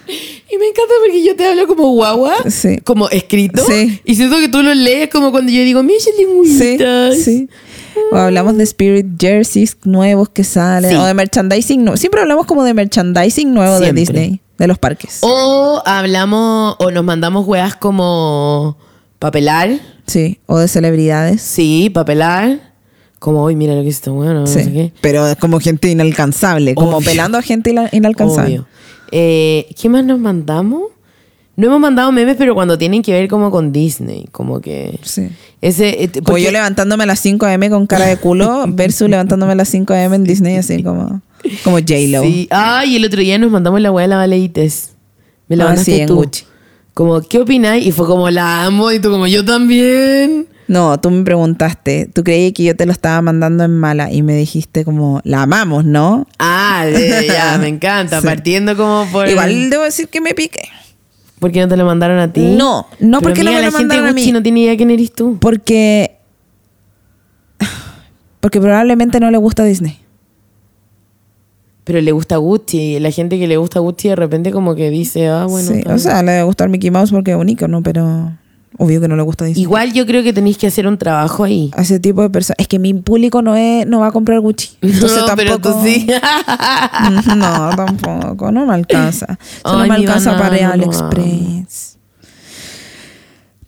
Y me encanta porque yo te hablo como guagua, Sí. como escrito. Sí. Y siento que tú lo lees como cuando yo digo, Michelin Sí, Willitas. sí. O hablamos de Spirit jerseys nuevos que salen. Sí. O de merchandising nuevo. Siempre hablamos como de merchandising nuevo Siempre. de Disney. De los parques. O hablamos, o nos mandamos weas como papelar. Sí. O de celebridades. Sí, papelar. Como, hoy mira lo que hizo este weón, no Sí. sé qué. Pero es como gente inalcanzable. Como Obvio. pelando a gente ina- inalcanzable. Obvio. Eh, ¿Qué más nos mandamos? No hemos mandado memes, pero cuando tienen que ver como con Disney, como que... Sí. Ese, eh, Como porque- yo levantándome a las 5 a.m. con cara de culo versus levantándome a las 5 a.m. en Disney así como, como J-Lo. Sí. Ay, el otro día nos mandamos la weá de la baleites. Me la Ah, mandaste sí, en tú. Gucci. Como, ¿qué opináis? Y fue como, la amo. Y tú como, yo también. No, tú me preguntaste, tú creí que yo te lo estaba mandando en mala y me dijiste como, la amamos, ¿no? Ah, de- ya, me encanta. Sí. Partiendo como por... Igual debo decir que me piqué. ¿Por qué no te lo mandaron a ti? No, no, porque no me lo amiga, la gente mandaron a Gucci mí. no tiene idea quién eres tú. Porque, porque probablemente no le gusta Disney. Pero le gusta Gucci. La gente que le gusta Gucci de repente como que dice, ah, bueno. Sí, está o bien. sea, le debe gustar Mickey Mouse porque es bonito, ¿no? Pero obvio que no le gusta Disney. Igual yo creo que tenéis que hacer un trabajo ahí. A ese tipo de personas. Es que mi público no es, no va a comprar Gucci. Entonces no, pero tú tampoco- sí. no, tampoco, no me alcanza. Solo Ay, me mi alcanza banana, para lo AliExpress.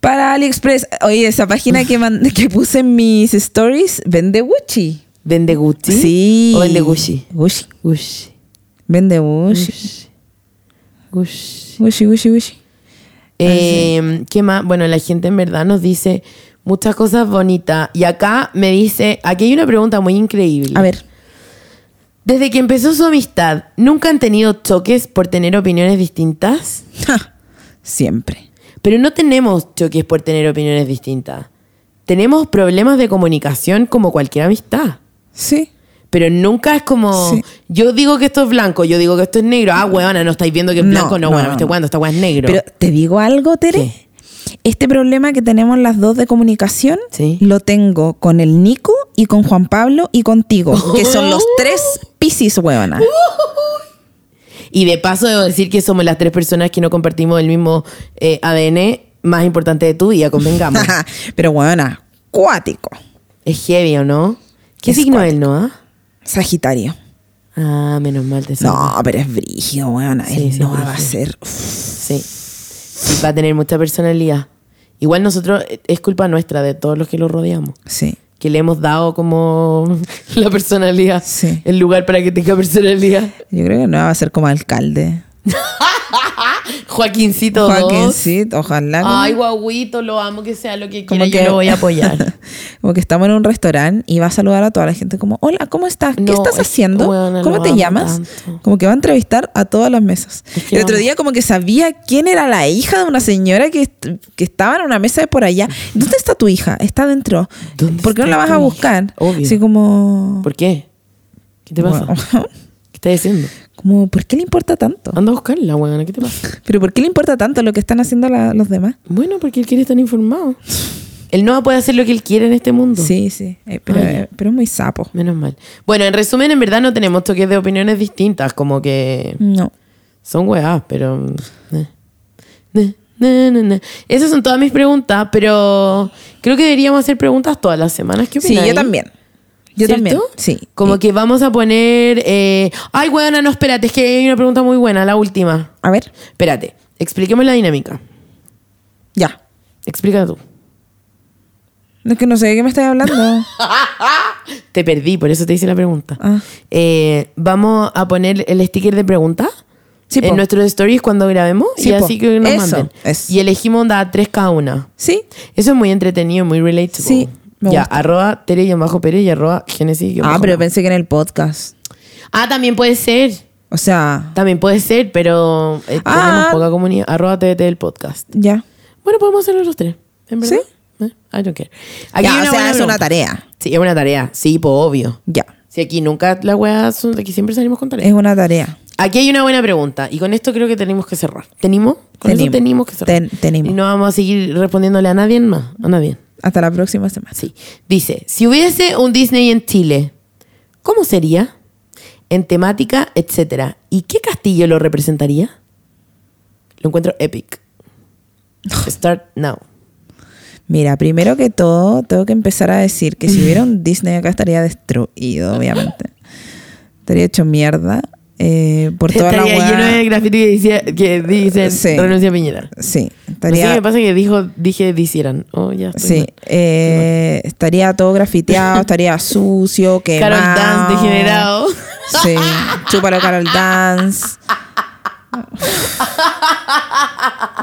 Para AliExpress, oye, esa página que, man- que puse en mis stories vende Gucci. ¿Vende Gucci? Sí. ¿O vende Gucci? Gucci. Gucci. Vende Gucci. Gucci. Gucci. Gucci, Gucci, Gucci. Ah, Eh, ¿Qué más? Bueno, la gente en verdad nos dice muchas cosas bonitas. Y acá me dice, aquí hay una pregunta muy increíble. A ver. Desde que empezó su amistad, ¿nunca han tenido choques por tener opiniones distintas? Ja, Siempre. Pero no tenemos choques por tener opiniones distintas. Tenemos problemas de comunicación como cualquier amistad. Sí. Pero nunca es como, Sí. yo digo que esto es blanco, yo digo que esto es negro. Ah, huevona, no estáis viendo que es No, blanco. No, no, huevona, no, me estoy no. jugando, esta hueá es negro. Pero te digo algo, Tere. ¿Qué? Este problema que tenemos las dos de comunicación Sí. lo tengo con el Nico y con Juan Pablo y contigo, que son los tres piscis, Uh. huevona. Y de paso debo decir que somos las tres personas que no compartimos el mismo eh, ADN más importante de tu vida, convengamos. Pero huevona, cuático, es heavy, ¿o no? ¿Qué Es signo es el Noah? Sagitario. Ah, menos mal te No, salvé. pero es brígido, huevona. Sí, Él sí, no es va a brígido. ser. uf, Sí. Sí, va a tener mucha personalidad. Igual nosotros, eh, es culpa nuestra de todos los que lo rodeamos. Sí. Que le hemos dado como la personalidad, Sí. el lugar para que tenga personalidad. Yo creo que no va a ser como alcalde. Joaquincito dos. Joaquincito, ojalá. como- Ay, guaguito, lo amo, que sea lo que como quiera, yo lo voy a apoyar. como que estamos en un restaurante y va a saludar a toda la gente como, hola, ¿cómo estás? ¿Qué No, estás es- haciendo? weona, ¿Cómo lo te amo llamas? tanto. Como que va a entrevistar a todas las mesas. Es que el lo otro amo. día como que sabía quién era la hija de una señora que, est- que estaba en una mesa de por allá. ¿Dónde está tu hija? Está adentro. ¿Dónde ¿Por qué no la está vas tu a hija? buscar? Obvio. Así como... ¿Por qué? ¿Qué te pasa? ¿Qué estás diciendo? Como, ¿por qué le importa tanto? Anda a buscarla, weón. ¿Qué te pasa? ¿Pero por qué le importa tanto lo que están haciendo la- los demás? Bueno, porque él quiere estar informado. Él no puede hacer lo que él quiere en este mundo. Sí, sí. Eh, pero, Ah, ya. eh, pero es muy sapo. Menos mal. Bueno, en resumen, en verdad no tenemos toques de opiniones distintas. Como que No. son weás, pero... eh. Ne, ne, ne, ne. Esas son todas mis preguntas, pero creo que deberíamos hacer preguntas todas las semanas. ¿Qué Sí, yo opináis? también. Yo ¿Cierto? también. Sí. Como que vamos a poner. eh, Ay, weona, no, espérate, es que hay una pregunta muy buena, la última. A ver, Espérate, expliquemos la dinámica. ya. Explica tú. No es que no sé de qué me estás hablando. Te perdí, por eso te hice la pregunta. Ah. Eh, vamos a poner el sticker de pregunta Sí, po. en nuestros stories cuando grabemos Sí, y po. así que nos Eso, manden. eso. Y elegimos onda tres cada una. ¿Sí? Eso es muy entretenido, muy relatable. Sí, me ya, gusta. arroba Tere y bajo Pérez y arroba Genesis. y Ah, bajo pero Nava. pensé que en el podcast. Ah, también puede ser. O sea, También puede ser, pero eh, Ah. tenemos poca comunidad. Arroba TVT del podcast. ya. Bueno, podemos hacerlo los tres. ¿En verdad? ¿Sí? I don't care. Aquí ya, hay o buena sea, es una pregunta. tarea. Sí, es una tarea. Sí, pues obvio. Ya. Si aquí nunca las weas son... Aquí siempre salimos con tareas. Es una tarea. Aquí hay una buena pregunta. Y con esto creo que tenemos que cerrar. ¿Tenimos? Con Tenimos. eso tenemos que cerrar. Ten- tenimos. Y no vamos a seguir respondiéndole a nadie más. A nadie. Hasta la próxima semana. Sí. Dice, si hubiese un Disney en Chile, ¿cómo sería? En temática, etcétera. ¿Y qué castillo lo representaría? Lo encuentro epic. Start now. Mira, primero que todo, tengo que empezar a decir que si hubiera un Disney acá estaría destruido, obviamente. Estaría hecho mierda eh, por toda la Estaría lleno de wea. graffiti que, dice, que dicen Sí. renuncia a Piñera. Pues Sí, No sé qué estaría. me pasa que dijo, dije, dicieran. Oh, ya estoy Sí, mal. eh, estaría todo grafiteado, estaría sucio, quemado. Carol Dance degenerado. Sí, chúpalo Carol Dance.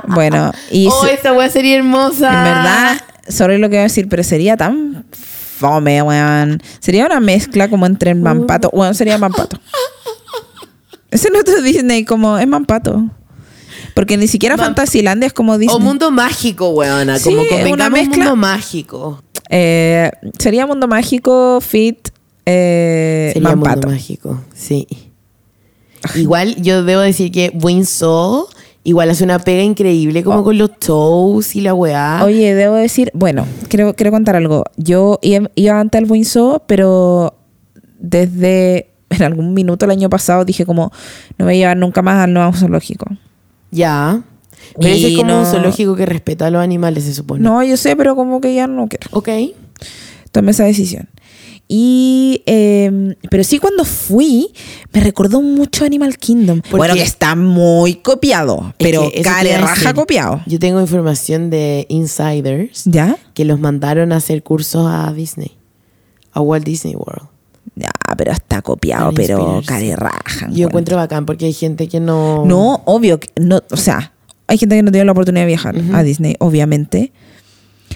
Bueno, y oh, se- esa weá sería hermosa. en verdad, sorry lo que voy a decir, pero sería tan fome, weón. Sería una mezcla como entre el mampato. Uh. Weón, sería mampato. Ese no es nuestro Disney, como es mampato. Porque ni siquiera Fantasilandia es como Disney. O mundo mágico, weona. Como Sí, convengamos una un mezcla. mundo mágico. Eh, sería Mundo Mágico, Fit, eh, Sería Mampato. mundo mágico, sí. Igual yo debo decir que Winsor igual hace una pega increíble como con los toes y la weá. Oh. Oye, debo decir, bueno, quiero, quiero contar algo. Yo iba, iba antes al Winsor, pero desde en algún minuto el año pasado dije como, no me voy a llevar nunca más al nuevo zoológico. Ya. Pero Y ese es como un no- zoológico que respeta a los animales, se supone. No, yo sé, pero como que ya no quiero. Ok. Tomé esa decisión. Y, eh, pero sí cuando fui, me recordó mucho Animal Kingdom. ¿Por Bueno, qué? que está muy copiado, Es pero que eso te care iba a raja decir. copiado. Yo tengo información de insiders ¿Ya? que los mandaron a hacer cursos a Disney, a Walt Disney World. Ya, Ah, pero está copiado, Para pero inspirarse. care raja. Yo encuentro bacán porque hay gente que no... No, obvio, que no, o sea, hay gente que no tiene la oportunidad de viajar a Disney, obviamente.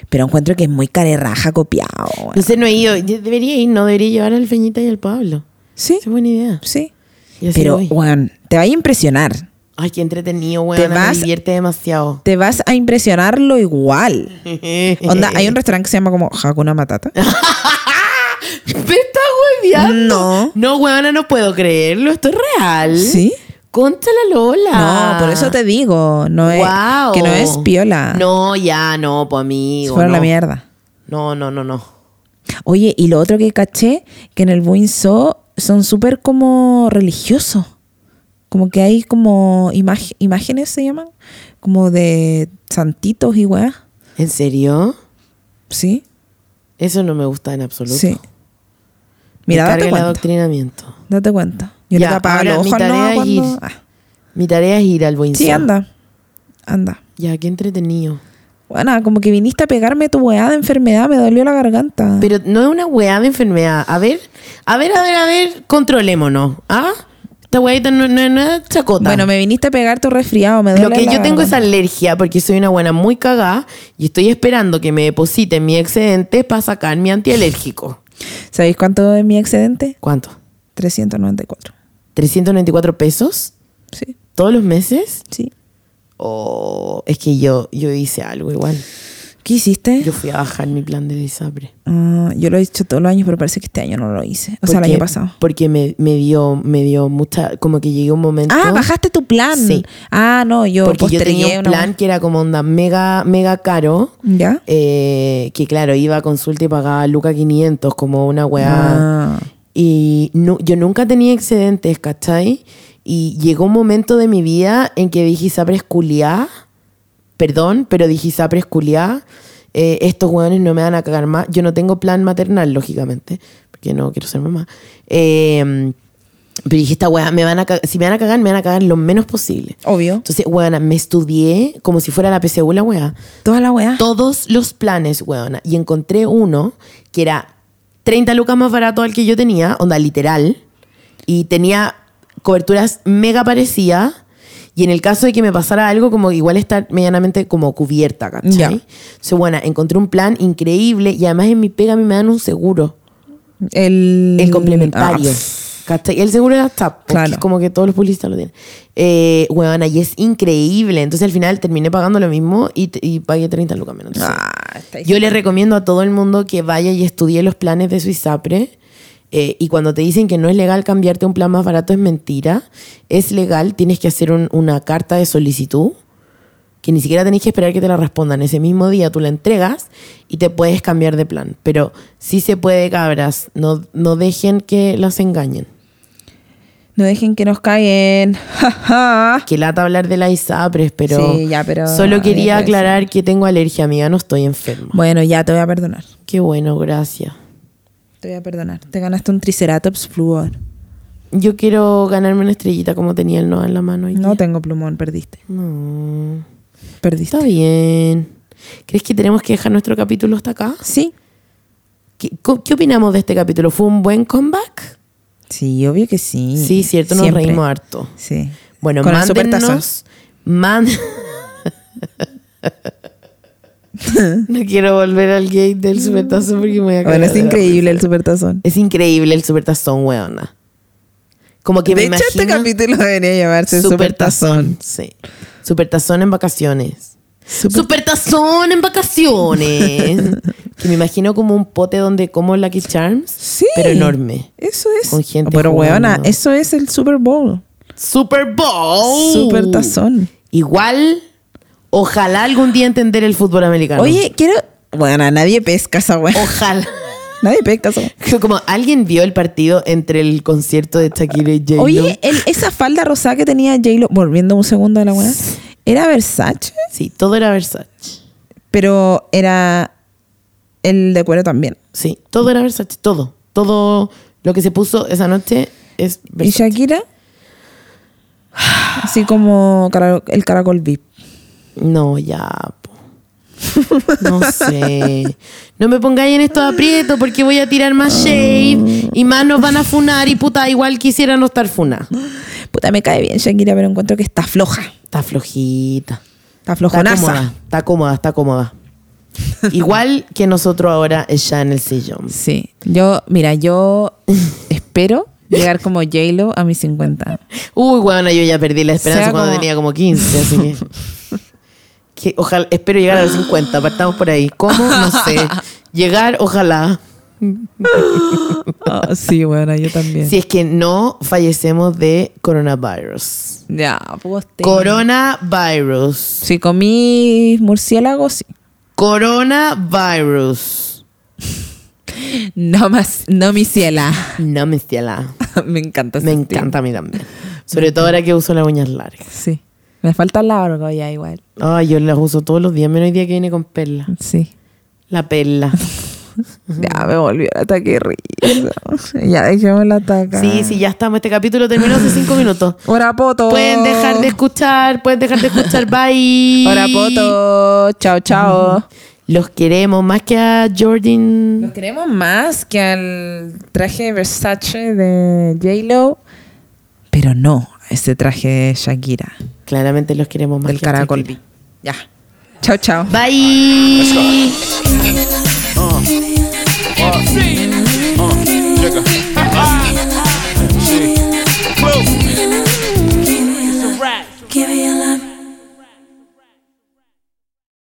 Pero encuentro que es muy carerraja copiado. weón. No sé, no he ido. Yo Debería ir, no debería llevar al Feñita y al Pablo. Sí, Esa es buena idea. sí. Y así Pero, voy. weón, te va a impresionar. Ay, qué entretenido, Te weón. Me vas- divierte demasiado. Te vas a impresionarlo igual. Onda, hay un restaurante que se llama como Hakuna Matata. ¿Ah? ¿Me estás hueviando? No. No, weona, no puedo creerlo. Esto es real. ¿Sí? Concha la Lola. No, por eso te digo, no es, Guau. que no es piola. No, ya, no, pues amigo. Fueron no. la mierda. No, no, no, no. Oye, y lo otro que caché, que en el Buinzo son súper como religiosos. Como que hay como imag- imágenes, se llaman, como de santitos y weá. ¿En serio? Sí, Eso no me gusta en absoluto. sí. Me Mira, carga date el cuenta. adoctrinamiento. Date cuenta. Yo Ya, le tapaba ahora los mi ojos al tarea Noah es cuando- ir. Ah, Mi tarea es ir al buen sí, anda. Anda. Ya, qué entretenido. Bueno, como que viniste a pegarme tu weá de enfermedad, me dolió la garganta. Pero no es una weá de enfermedad. A ver, a ver, a ver, a ver, controlémonos. ¿Ah? Esta huevita no, no, no es chacota. Bueno, me viniste a pegar tu resfriado, me duele Lo que la yo tengo es garganta. alergia porque soy una buena muy cagada y estoy esperando que me depositen mi excedente para sacar mi antialérgico. ¿Sabéis cuánto es mi excedente? ¿Cuánto? 394. ¿394 pesos? Sí, ¿Todos los meses? sí. O es que yo, yo hice algo igual. ¿Qué hiciste? Yo fui a bajar mi plan de ISAPRE. Ah, yo lo he hecho todos los años, pero parece que este año no lo hice. O sea, el Porque- año pasado. Ah, Porque me, me dio, me dio mucha, como que llegué a un momento. Ah, bajaste tu plan. Sí. Ah, no, yo Porque yo tenía postergué un una- plan que era como onda mega, mega caro. ¿Ya? eh, que claro, iba a consulta y pagaba Luca 500 como una weá. Ah. Y nu- yo nunca tenía excedentes, ¿cachai? Y llegó un momento de mi vida en que dije, Isapres culiá, perdón, pero dije, Isapres culiá, eh, estos hueones no me van a cagar más. Yo no tengo plan maternal, lógicamente, porque no quiero ser mamá. Eh, pero dije, esta weá, me van a ca- si me van a cagar, me van a cagar lo menos posible. Obvio. Entonces, weona, me estudié como si fuera la PSU la weá Toda la weá. todos los planes, weona. Y encontré uno que era 30 lucas más barato al que yo tenía, onda literal. Y tenía coberturas mega parecidas. Y en el caso de que me pasara algo, como igual estar medianamente como cubierta, ¿cachai? Ya. Entonces, bueno, encontré un plan increíble y además en mi pega a mí me dan un seguro, El, el complementario. Ah, ¿Cachai? El seguro de hasta Claro. como que todos los publicistas lo tienen. Eh, weona, y es increíble. Entonces al final terminé pagando lo mismo y, y pagué 30 lucas menos. Entonces, ah, está ahí. yo le recomiendo a todo el mundo que vaya y estudie los planes de Suizapre. eh, y cuando te dicen que no es legal cambiarte a un plan más barato, es mentira. Es legal, tienes que hacer un- una carta de solicitud que ni siquiera tenés que esperar que te la respondan. Ese mismo día tú la entregas y te puedes cambiar de plan. Pero sí se puede, cabras. No, no dejen que las engañen. No dejen que nos caigan. Ja, ja. Que lata hablar de las ISAPRES, pero, Sí, ya, pero solo había quería que aclarar que tengo alergia, amiga. No estoy enferma. bueno, ya te voy a perdonar. Qué bueno, gracias. Te voy a perdonar. Te ganaste un Triceratops Fluor. Yo quiero ganarme una estrellita como tenía el Noah en la mano. hoy No día. tengo plumón, perdiste. No. Perdiste. Está bien. ¿Crees que tenemos que dejar nuestro capítulo hasta acá? Sí. ¿Qué, co- qué opinamos de este capítulo? ¿Fue un buen comeback? Sí, obvio que sí. Sí, cierto, nos Siempre. reímos harto. Sí. Bueno, Con el mándennos. man- no quiero volver al gate del supertazón porque me voy a cagar Bueno, es de la increíble el supertazón. risa. Es increíble el supertazón, weona. Como que de me hecho, este imagino- capítulo debería llamarse Supertazón. Sí. Supertazón en vacaciones. Super- Supertazón en vacaciones. que me imagino como un pote donde como Lucky Charms, Sí. pero enorme. Eso es. Con gente Pero, jugando. weona, eso es el Super Bowl. Super Bowl. Supertazón. Igual, ojalá algún día entender el fútbol americano. Oye, quiero. Bueno, nadie pesca esa weá. ojalá. Nadie pesca esa weá. Como alguien vio el partido entre el concierto de Shakira y J-Lo. Oye, el- esa falda rosada que tenía J-Lo, volviendo un segundo a la weá, era Versace, sí, todo era Versace. pero era el de cuero también. Sí, todo era Versace, todo. Todo lo que se puso esa noche es Y Versace. Shakira, así como cara- el caracol VIP. No, ya. po. No sé. No me pongáis en estos aprietos porque voy a tirar más shade y más nos van a funar y puta, igual quisiera no estar funa. Puta, me cae bien Shakira, pero encuentro que está floja. Está flojita. Está Está flojonaza. cómoda, está cómoda, está cómoda. Igual que nosotros ahora ya en el sillón. Sí. Yo, mira, yo espero llegar como J-Lo a mis 50. Uy, bueno, yo ya perdí la esperanza Sea cuando como- tenía como 15, así que... que ojalá, espero llegar a los 50, partamos por ahí. ¿Cómo? No sé. Llegar, ojalá. Ah, sí, bueno, yo también. Si es que no fallecemos de coronavirus. Ya, pues te- Coronavirus. Si comí murciélago, sí. Coronavirus. No más, no mi ciela. No me estiala. Me encanta. ese Me estilo. encanta a mí también. Sobre todo ahora que uso las uñas largas. Sí. Me falta largo ya igual. Ay, yo las uso todos los días, menos el día que viene con perla. Sí. La perla. Ya me volvió el ataque de risa. ya dejemos el ataque. Sí, sí, ya estamos. Este capítulo terminó hace cinco minutos. Ora poto. Pueden dejar de escuchar, pueden dejar de escuchar. Bye. Ora poto. Chao, chao. Los queremos más que a Jordan. Los queremos más que al traje Versace de J-Lo. Pero no, ese traje de Shakira, Claramente los queremos más. del que a ti. caracol. Ya. Chao, chao. Bye. Uh.